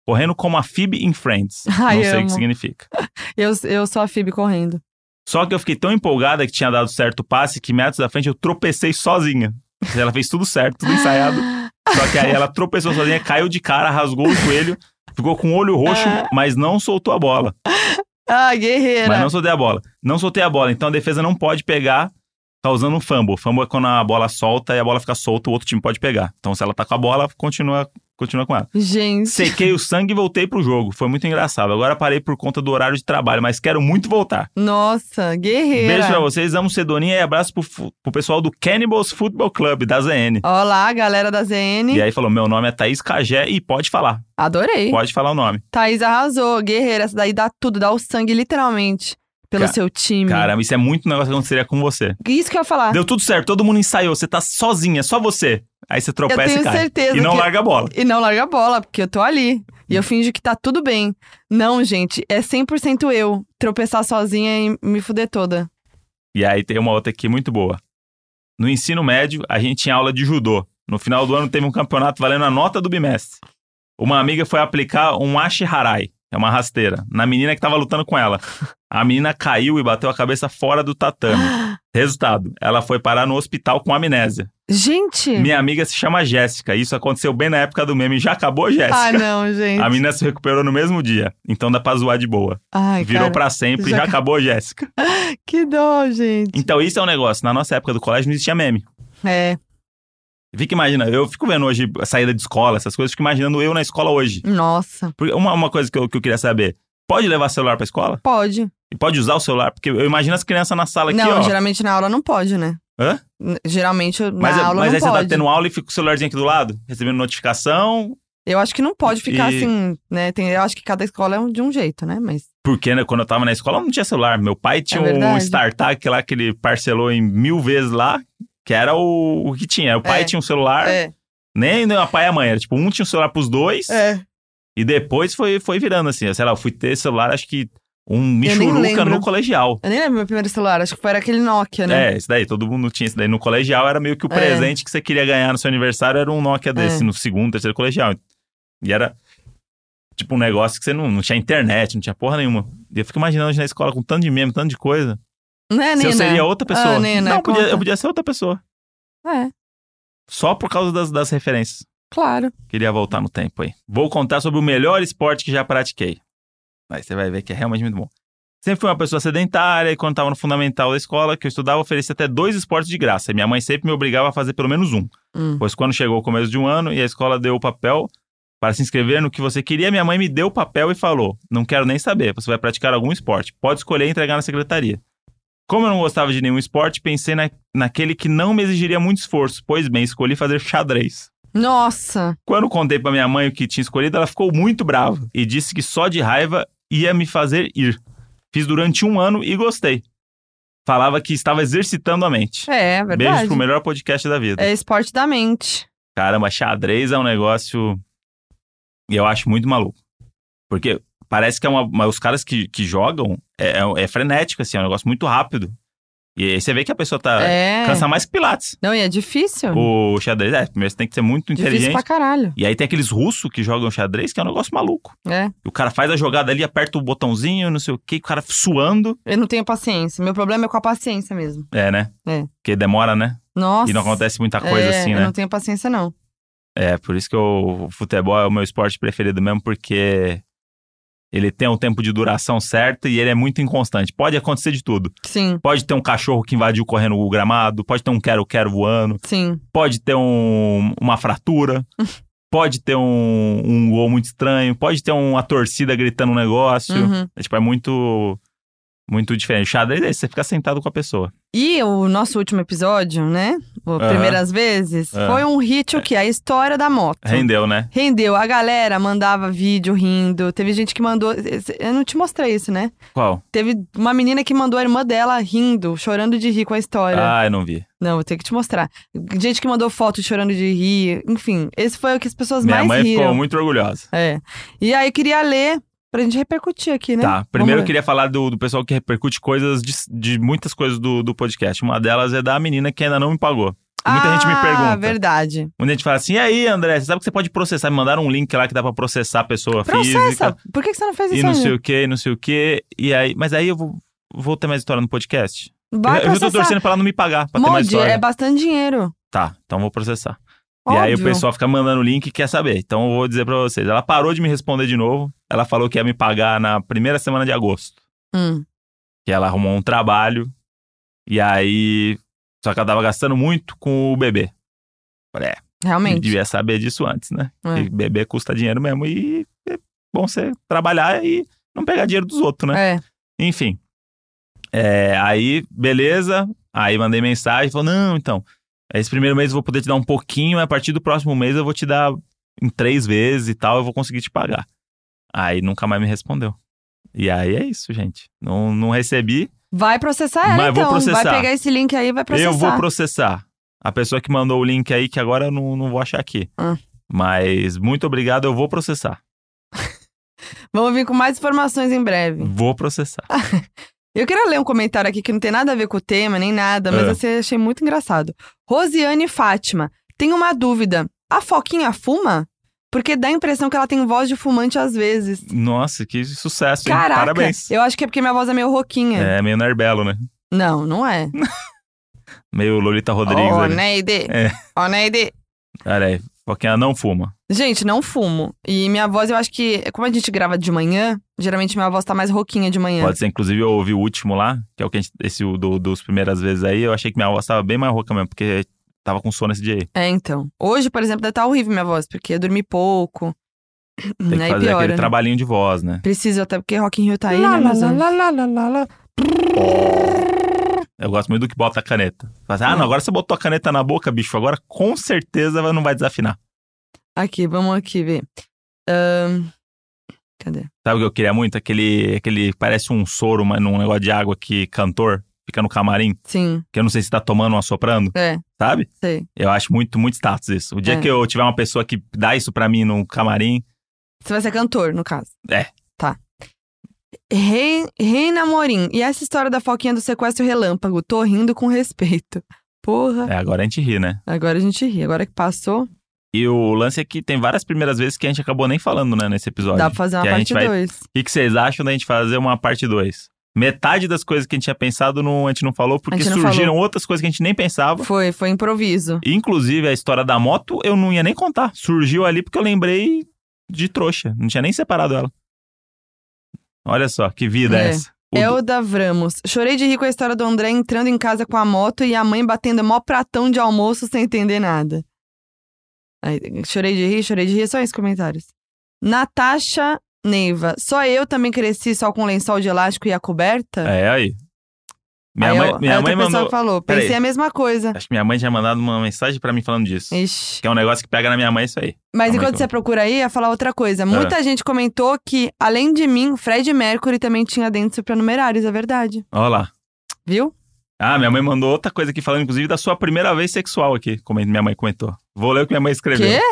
correndo como a Phoebe em Friends.
<laughs> Ai,
não sei o
amo.
que significa.
Eu, eu sou a Phoebe correndo.
Só que eu fiquei tão empolgada que tinha dado certo o passe que metros da frente eu tropecei sozinha. Ela fez tudo certo, tudo ensaiado. Só que aí ela tropeçou sozinha, caiu de cara, rasgou o joelho, ficou com o olho roxo, mas não soltou a bola.
<gasps> Ah,
Mas
guerreira.
não soltei a bola. Não soltei a bola, então a defesa não pode pegar por causando um fumble. Fumble é quando a bola solta e a bola fica solta, o outro time pode pegar. Então, se ela tá com a bola, continua, continua com
<laughs>
ela.
Gente.
Sequei o sangue e voltei pro jogo. Foi muito engraçado. Agora parei por conta do horário de trabalho, mas quero muito voltar.
Nossa, guerreira.
Beijo pra vocês, amo Cedoninha e abraço pro, fu- pro pessoal do Cannibals Football Club, da ZN.
Olá, galera da ZN.
E aí falou: meu nome é Thaís Cagé e pode falar.
Adorei.
Pode falar o nome.
Thaís arrasou, guerreira. Essa daí dá tudo, dá o sangue, literalmente, pelo
Ca-
seu time.
Caramba, isso é muito negócio que aconteceria com você.
Isso que eu ia falar.
Deu tudo certo, todo mundo ensaiou, você tá sozinha, só você. Aí você
eu
tropeça
tenho
e cai.
certeza
E não
que...
larga a bola.
E não larga a bola, porque eu tô ali. E eu finjo que tá tudo bem. Não, gente, é 100% eu tropeçar sozinha e me fuder toda.
E aí tem uma outra aqui muito boa. No ensino médio, a gente tinha aula de judô. No final do ano teve um campeonato valendo a nota do bimestre. Uma amiga foi aplicar um ashiharai, é uma rasteira, na menina que tava lutando com
<laughs>
ela. A menina caiu e bateu a cabeça fora do
<gasps>
tatame. Resultado, ela foi parar no hospital com amnésia.
Gente!
Minha amiga se chama Jéssica. Isso aconteceu bem na época do meme. Já acabou,
Ah,
Jéssica?
não,
<laughs>
gente.
a menina se recuperou no mesmo dia. Então dá pra zoar de boa.
Ai,
Virou
cara,
pra sempre.
já
Já acabou, Jéssica.
que dó, gente.
Então isso é um negócio. Na nossa época do colégio não existia meme.
É,
Fica imaginando, eu fico vendo hoje a saída de escola, essas coisas, fico imaginando eu na escola hoje.
nossa.
Porque uma, uma coisa que eu, que eu queria saber, pode levar celular pra escola?
Pode.
E pode usar o celular? Porque eu imagino as crianças na sala aqui,
não,
ó.
geralmente na aula não pode, né?
Hã?
N- Geralmente na
Mas, é-
aula
mas
não
aí
pode.
você tá tendo aula e fica com o celularzinho aqui do lado, recebendo notificação.
Eu acho que não pode ficar
E-
assim, né? Tem, eu acho que cada escola é um- de um jeito, né? Mas
Porque né, quando eu tava na escola não tinha celular. Meu pai tinha um
É verdade.
startup lá que ele parcelou em mil vezes lá, que era o, o que tinha. O pai
É.
tinha um celular,
é,
nem nem o pai e a mãe. Era tipo, um tinha um celular pros dois.
é.
E depois foi, foi virando assim, sei lá, eu fui ter celular, acho que um
nem
Michuruca
lembro.
no colegial.
Eu nem lembro meu primeiro celular, acho que foi aquele Nokia, né?
É, isso daí, todo mundo tinha isso daí. No colegial era meio que o
É.
presente que você queria ganhar no seu aniversário, era um Nokia desse, no segundo, terceiro colegial. E era tipo um negócio que você não, não tinha internet, não tinha porra nenhuma. E eu fico imaginando hoje na escola com tanto de meme, tanto de coisa.
Né,
se
Nina?
eu seria outra pessoa.
Ah, Nina,
não, podia,
conta.
eu podia ser outra pessoa.
É,
Só por causa das, das referências.
claro.
Queria voltar no tempo aí. Vou contar sobre o melhor esporte que já pratiquei. Aí você vai ver que é realmente muito bom. Sempre fui uma pessoa sedentária e quando estava no fundamental da escola, que eu estudava, oferecia até dois esportes de graça. E minha mãe sempre me obrigava a fazer pelo menos um.
Hum.
Pois quando chegou o começo de um ano e a escola deu o papel para se inscrever no que você queria, minha mãe me deu o papel e falou: Não quero nem saber, você vai praticar algum esporte. Pode escolher e entregar na secretaria. Como eu não gostava de nenhum esporte, pensei na- naquele que não me exigiria muito esforço. Pois bem, escolhi fazer xadrez.
Nossa,
Quando contei pra minha mãe o que tinha escolhido, ela ficou muito brava e disse que só de raiva ia me fazer ir. Fiz durante um ano e gostei. Falava que estava exercitando a mente.
é, é
Beijos
verdade.
pro melhor podcast da vida.
É esporte da mente.
Caramba, xadrez é um negócio. E eu acho muito maluco. Porque parece que é uma. mas os caras que, que jogam é, é- é frenético, assim, é um negócio muito rápido. E aí você vê que a pessoa tá.
É.
Cansa mais que Pilates.
Não, e é difícil.
O xadrez, é, primeiro você tem que ser muito
Difícil
inteligente.
pra caralho.
E aí tem aqueles russos que jogam xadrez, que é um negócio maluco.
É.
O cara faz a jogada ali, aperta o botãozinho, não sei o que, o cara suando.
Eu não tenho paciência. Meu problema é com a paciência mesmo.
É, né?
É.
Porque demora, né?
Nossa.
E não acontece muita coisa
é,
assim,
eu
né?
não tenho paciência, não.
É, por isso que o futebol é o meu esporte preferido mesmo, porque ele tem um tempo de duração certo e ele é muito inconstante. Pode acontecer de tudo.
Sim,
Pode ter um cachorro que invadiu correndo o gramado, pode ter um quero-quero voando,
sim.
pode ter um- uma
<laughs>
fratura, pode ter um, um gol muito estranho, pode ter uma torcida gritando um negócio.
Uhum.
É, tipo, é muito. Muito diferente. O xadrez é isso, você ficar sentado com a pessoa.
E o nosso último episódio, né? O
Aham. É.
Primeiras Vezes,
Aham.
foi um hit o quê? A história da moto.
Rendeu, né?
Rendeu. A galera mandava vídeo rindo. Teve gente que mandou. eh, Eu não te mostrei isso, né?
Qual?
Teve uma menina que mandou a irmã dela rindo, chorando de rir com a história.
Ah, eu não vi.
Não, vou ter que te mostrar. Gente que mandou foto chorando de rir. Enfim, esse foi o que as pessoas
Minha
mais
mãe
riram.
ficou muito orgulhosa.
É. E aí, queria ler pra gente repercutir aqui, né?
Tá, primeiro eu
ver.
queria falar do, do pessoal que repercute coisas de, de muitas coisas do, do podcast. Uma delas é da menina que ainda não me pagou. Muita gente me
Ah,
pergunta.
verdade.
Muita gente fala assim: e aí, André, você sabe que você pode processar? Me mandaram um link lá que dá pra processar a pessoa
Processa.
física.
Por que que você não fez
E
isso
não
ainda?
sei o que, não sei o que. E aí, mas aí eu vou, vou ter mais história no podcast. eu, eu
Vai
já tô
processar.
torcendo pra ela não me pagar, pra ter mais
Molde,
história.
é bastante dinheiro.
Tá, então vou processar.
Óbvio.
E aí o pessoal fica mandando o link e quer saber. Então eu vou dizer pra vocês. Ela parou de me responder de novo. Ela falou que ia me pagar na primeira semana de agosto.
Hum.
Que ela arrumou um trabalho. E aí Só que ela tava gastando muito com o bebê. Falei, é,
Realmente.
devia saber disso antes, né?
É.
Que bebê custa dinheiro mesmo e é bom você trabalhar e não pegar dinheiro dos outros, né?
É.
Enfim. É, aí, beleza. Aí mandei mensagem, falou: não, então, esse primeiro mês eu vou poder te dar um pouquinho, a partir do próximo mês eu vou te dar em três vezes e tal, eu vou conseguir te pagar. Aí nunca mais me respondeu. E aí é isso, gente. Não, não recebi.
Vai processar ela,
Mas vou
então.
processar.
Vai pegar esse link aí e vai processar.
Eu vou processar. A pessoa que mandou o link aí, que agora eu não, não vou achar aqui.
Hum.
Mas muito obrigado, eu vou processar.
Vamos vir com mais informações em breve.
Vou processar.
Eu queria ler um comentário aqui que não tem nada a ver com o tema, nem nada, mas
É.
assim, eu achei muito engraçado. Rosiane Fátima, tem uma dúvida. A Foquinha fuma? Porque dá a impressão que ela tem voz de fumante às vezes.
Nossa, que sucesso, hein?
Caraca,
Parabéns.
eu acho que é porque minha voz é meio roquinha.
É meio Narbelo, né?
Não, não é.
Meio Lolita Rodrigues.
Ó,
ali.
Neide.
É.
Ó, né, Neide.
Olha aí, Foquinha não fuma.
Gente, não fumo. E minha voz, eu acho que, como a gente grava de manhã, geralmente minha voz tá mais roquinha de manhã.
Pode ser, inclusive, eu ouvi o último lá, que é o que a gente, esse do, dos primeiras vezes aí, eu achei que minha voz tava bem mais rouca mesmo, porque tava com sono esse dia aí.
É, então. Hoje, por exemplo, deve estar horrível minha voz, porque eu dormi pouco.
Tem que
Aí
fazer
piora,
aquele
né?
trabalhinho de voz, né?
Preciso até, porque Rock in Rio tá aí, né, meus anjos?
Eu gosto muito do que bota a caneta. Fala assim, ah, não, agora você botou a caneta na boca, bicho, agora com certeza não vai desafinar.
Aqui, vamos aqui ver. Ahn, cadê?
Sabe o que eu queria muito? Aquele, aquele parece um soro, mas num negócio de água que cantor fica no camarim,
Sim,
que eu não sei se tá tomando ou assoprando,
é,
sabe?
sei.
Eu acho muito, muito status isso. O dia
É.
que eu tiver uma pessoa que dá isso pra mim num camarim,
Você vai ser cantor, no caso.
É.
Tá. Rei, Reina Morim. E essa história da foquinha do sequestro relâmpago? Tô rindo com respeito. Porra.
é, agora a gente ri, né?
Agora a gente ri. Agora que passou,
E o lance é que tem várias primeiras vezes que a gente acabou nem falando, né, nesse episódio.
dá pra fazer uma
que a gente
parte
vai-
2.
O que, que vocês acham da gente fazer uma parte 2? Metade das coisas que a gente tinha pensado não, a gente não falou, porque
gente não
surgiram outras coisas que a gente nem pensava.
Foi, foi improviso.
Inclusive, a história da moto eu não ia nem contar. Surgiu ali porque eu lembrei de trouxa. Não tinha nem separado ela. Olha só, que vida é,
É.
essa. O do-
Elda Vramos. Chorei de rir com a história do André entrando em casa com a moto e a mãe batendo mó pratão de almoço sem entender nada. Aí, chorei de rir, chorei de rir, só esses comentários. Natasha Neiva. Só eu também cresci só com lençol de elástico e a coberta?
É, aí. Minha
Aí
mãe,
eu-
minha
aí é
mãe
outra pessoa
mandou.
falou,
Peraí.
pensei a mesma coisa.
Acho que minha mãe tinha mandado uma mensagem pra mim falando disso.
Ixi.
Que é Tá um negócio que pega na minha mãe isso aí.
Mas
Calma aí
enquanto
que eu-
você procura aí, ia falar outra
Ah.
coisa. Muita gente comentou que, além de mim, Fred Mercury também tinha dentes supranumerários, é verdade.
Olha lá.
Viu?
Ah, minha mãe mandou outra coisa aqui falando, inclusive, da sua primeira vez sexual aqui. Como minha mãe comentou. Vou ler o que minha mãe escreveu.
Quê?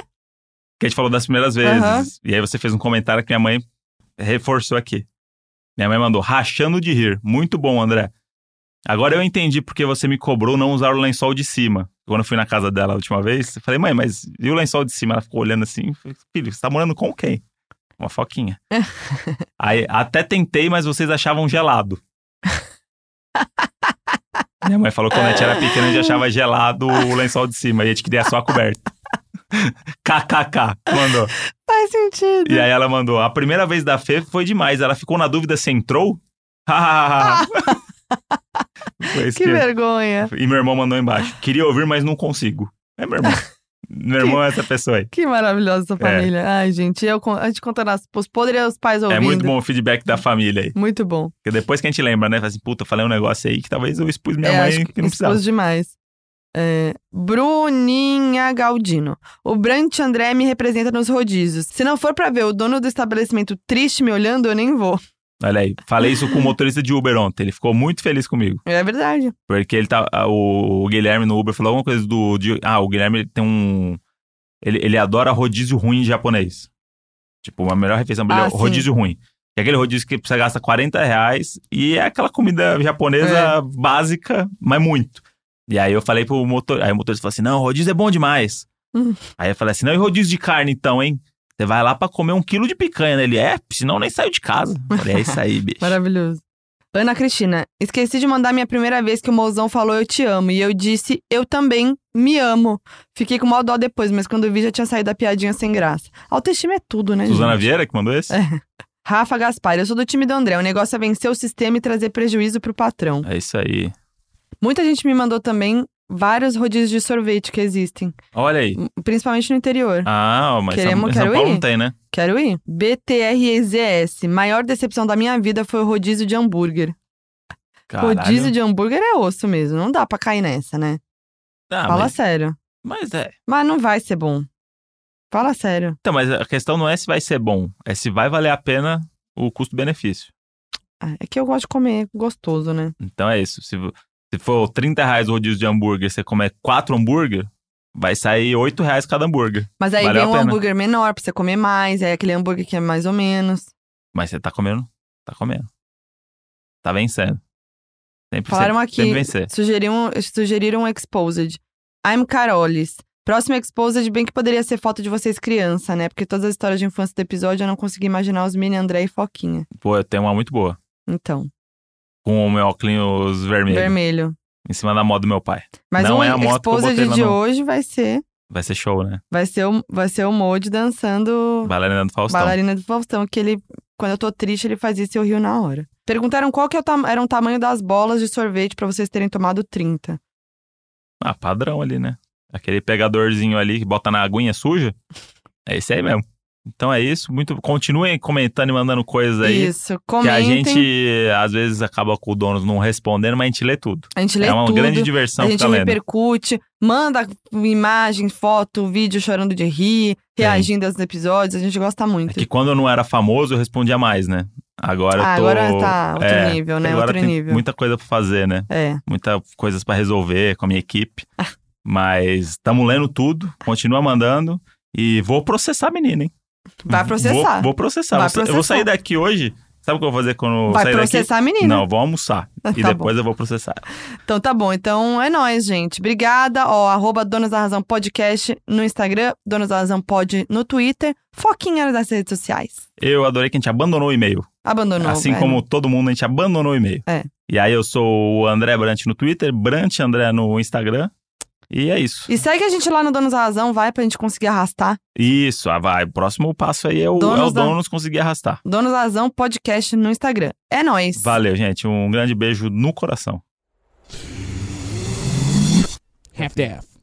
Que a gente falou das primeiras vezes.
Aham.
E aí você fez um comentário que minha mãe reforçou aqui. Minha mãe mandou, rachando de rir. Muito bom, André. Agora eu entendi porque você me cobrou não usar o lençol de cima. Quando eu fui na casa dela a última vez, eu falei, mãe, mas e o lençol de cima? Ela ficou olhando assim, falei, filho, você tá morando com quem? Uma foquinha. aí, até tentei, mas vocês achavam gelado. minha mãe falou que quando a gente era pequena, a gente achava gelado o lençol de cima. E a gente queria só a coberta. KKK, mandou.
Faz sentido.
E é aí ela mandou: a primeira vez da Fê foi demais. Ela ficou na dúvida se entrou? <laughs>
<laughs>
Foi isso
Que vergonha.
E meu irmão mandou embaixo: queria ouvir, mas não consigo. É meu
<laughs>
irmão. meu irmão é essa pessoa aí.
Que maravilhosa
É.
essa família. Ai, gente, eu, con- a gente contando as- os podres aos pais ouvindo.
É muito bom o feedback da família aí.
Muito bom.
Porque depois que a gente lembra, né? Fala assim, puta, falei um negócio aí que talvez eu expus minha
é,
mãe
acho
que, não
expôs
precisava.
demais. É, Bruninha Galdino. O Brant André me representa nos rodízios. Se não for pra ver o dono do estabelecimento triste me olhando, eu nem vou.
Olha aí, falei isso com o motorista de Uber ontem. Ele ficou muito feliz comigo.
É verdade.
Porque ele tá. ah, O, o Guilherme no Uber falou alguma coisa do. de- ah, o Guilherme ele tem um. Ele, ele adora rodízio ruim japonês. Tipo, a melhor refeição pra ele é
Ah,
o rodízio ruim. É aquele rodízio que você gasta 40 reais e é aquela comida japonesa
É.
básica, mas muito. E aí eu falei pro motor. Aí o motorista falou assim: não, rodízio é bom demais.
Hum.
Aí eu falei assim: não, e rodízio de carne então, hein? Você vai lá pra comer um quilo de picanha. né? Ele é, senão nem saiu de casa. Eu falei, é isso
<laughs>
aí, bicho.
Maravilhoso. Ana Cristina, esqueci de mandar minha primeira vez que o mozão falou eu te amo. E eu disse, eu também me amo. Fiquei com mó dó depois, mas quando vi já tinha saído a piadinha sem graça. Autoestima é tudo, né, gente?
Suzana Vieira que mandou esse?
É. Rafa Gaspar, eu sou do time do André. O negócio é vencer o sistema e trazer prejuízo pro patrão.
É isso aí.
Muita gente me mandou também vários rodízios de sorvete que existem,
Olha aí.
principalmente no interior.
Ah, mas
Queremos-
São, São
quero
Paulo
ir.
não tem, né?
Quero ir. BTREZS. Maior decepção da minha vida foi o rodízio de hambúrguer.
Caralho.
Rodízio de hambúrguer é osso mesmo. Não dá pra cair nessa, né?
Ah,
Fala
mas,
sério.
mas é.
Mas não vai ser bom. Fala sério.
Então, mas a questão não é se vai ser bom, é se vai valer a pena o custo-benefício.
Ah, É que eu gosto de comer gostoso, né?
Então é isso. Se, vo- se for 30 reais o rodízio de hambúrguer, você comer quatro hambúrguer, vai sair 8 reais cada hambúrguer.
Mas aí
Valeu a
vem um
pena.
hambúrguer menor pra você comer mais. Aí aquele hambúrguer que é mais ou menos.
Mas você tá comendo? Tá comendo. Tá vencendo. Sempre,
Falaram
sempre,
aqui.
sempre vencer.
Sugeriram, sugeriram um Exposed. I'm Carolis. Próximo Exposed, bem que poderia ser foto de vocês criança, né? Porque todas as histórias de infância do episódio eu não consegui imaginar os mini André e Foquinha.
Pô, eu tenho uma muito boa.
Então,
Com o meu óculos vermelho.
vermelho.
Em cima da moda do meu pai.
Mas
Não
um
é a moto que eu
Exposed
botei lá
de
no-
hoje vai ser,
Vai ser show, né?
vai ser o, vai ser o Mode dançando
Bailarina do Faustão.
Bailarina do Faustão, que ele, quando eu tô triste, ele faz isso e eu rio na hora. Perguntaram qual que é o tam- era o tamanho das bolas de sorvete pra vocês terem tomado 30.
Ah, padrão ali, né? Aquele pegadorzinho ali que bota na aguinha suja. É esse aí mesmo. Então é isso. Muito... Continuem comentando e mandando coisas aí.
Isso,
Que
comentem.
a gente, às vezes, acaba com o dono não respondendo, mas a gente lê tudo.
a gente lê
é uma
tudo.
grande diversão
a
ficar
gente
lendo.
repercute, manda imagem, foto, vídeo chorando de rir, reagindo aos episódios, a gente gosta
É
muito.
que quando eu não era famoso, eu respondia mais, né? Agora
Ah,
eu tô...
agora tá outro
É,
nível, né?
Agora
Outro
tem
nível.
muita coisa pra fazer, né?
É.
Muita coisas pra resolver com a minha equipe.
Ah.
Mas estamos lendo tudo, continua mandando. E vou processar a menina, hein?
Vai processar.
Vou, vou processar.
Vai
Vou sa- Eu vou
processar.
sair daqui hoje. Sabe o que eu vou fazer quando eu
Vai
sair daqui?
processar a menina.
Não, vou almoçar. e
<laughs> Tá
depois eu vou processar.
Então tá bom. Então é nóis, gente. Obrigada. Ó, arroba Donas da Razão Podcast no Instagram, Donas da Razão Pod no Twitter, Foquinha nas redes sociais.
Eu adorei que a gente abandonou o e-mail.
Abandonou.
assim
velho.
como todo mundo, a gente abandonou o e-mail.
É.
E aí eu sou o André Brant no Twitter, Brant André no Instagram. E é isso.
E segue a gente lá no Donos da Razão, vai pra gente conseguir arrastar.
Isso, ah, vai. O próximo passo aí é o,
Donos
é o
da-
donos conseguir arrastar.
Donos da Razão Podcast no Instagram. É nóis.
Valeu, gente. Um grande beijo no coração.
half-daff.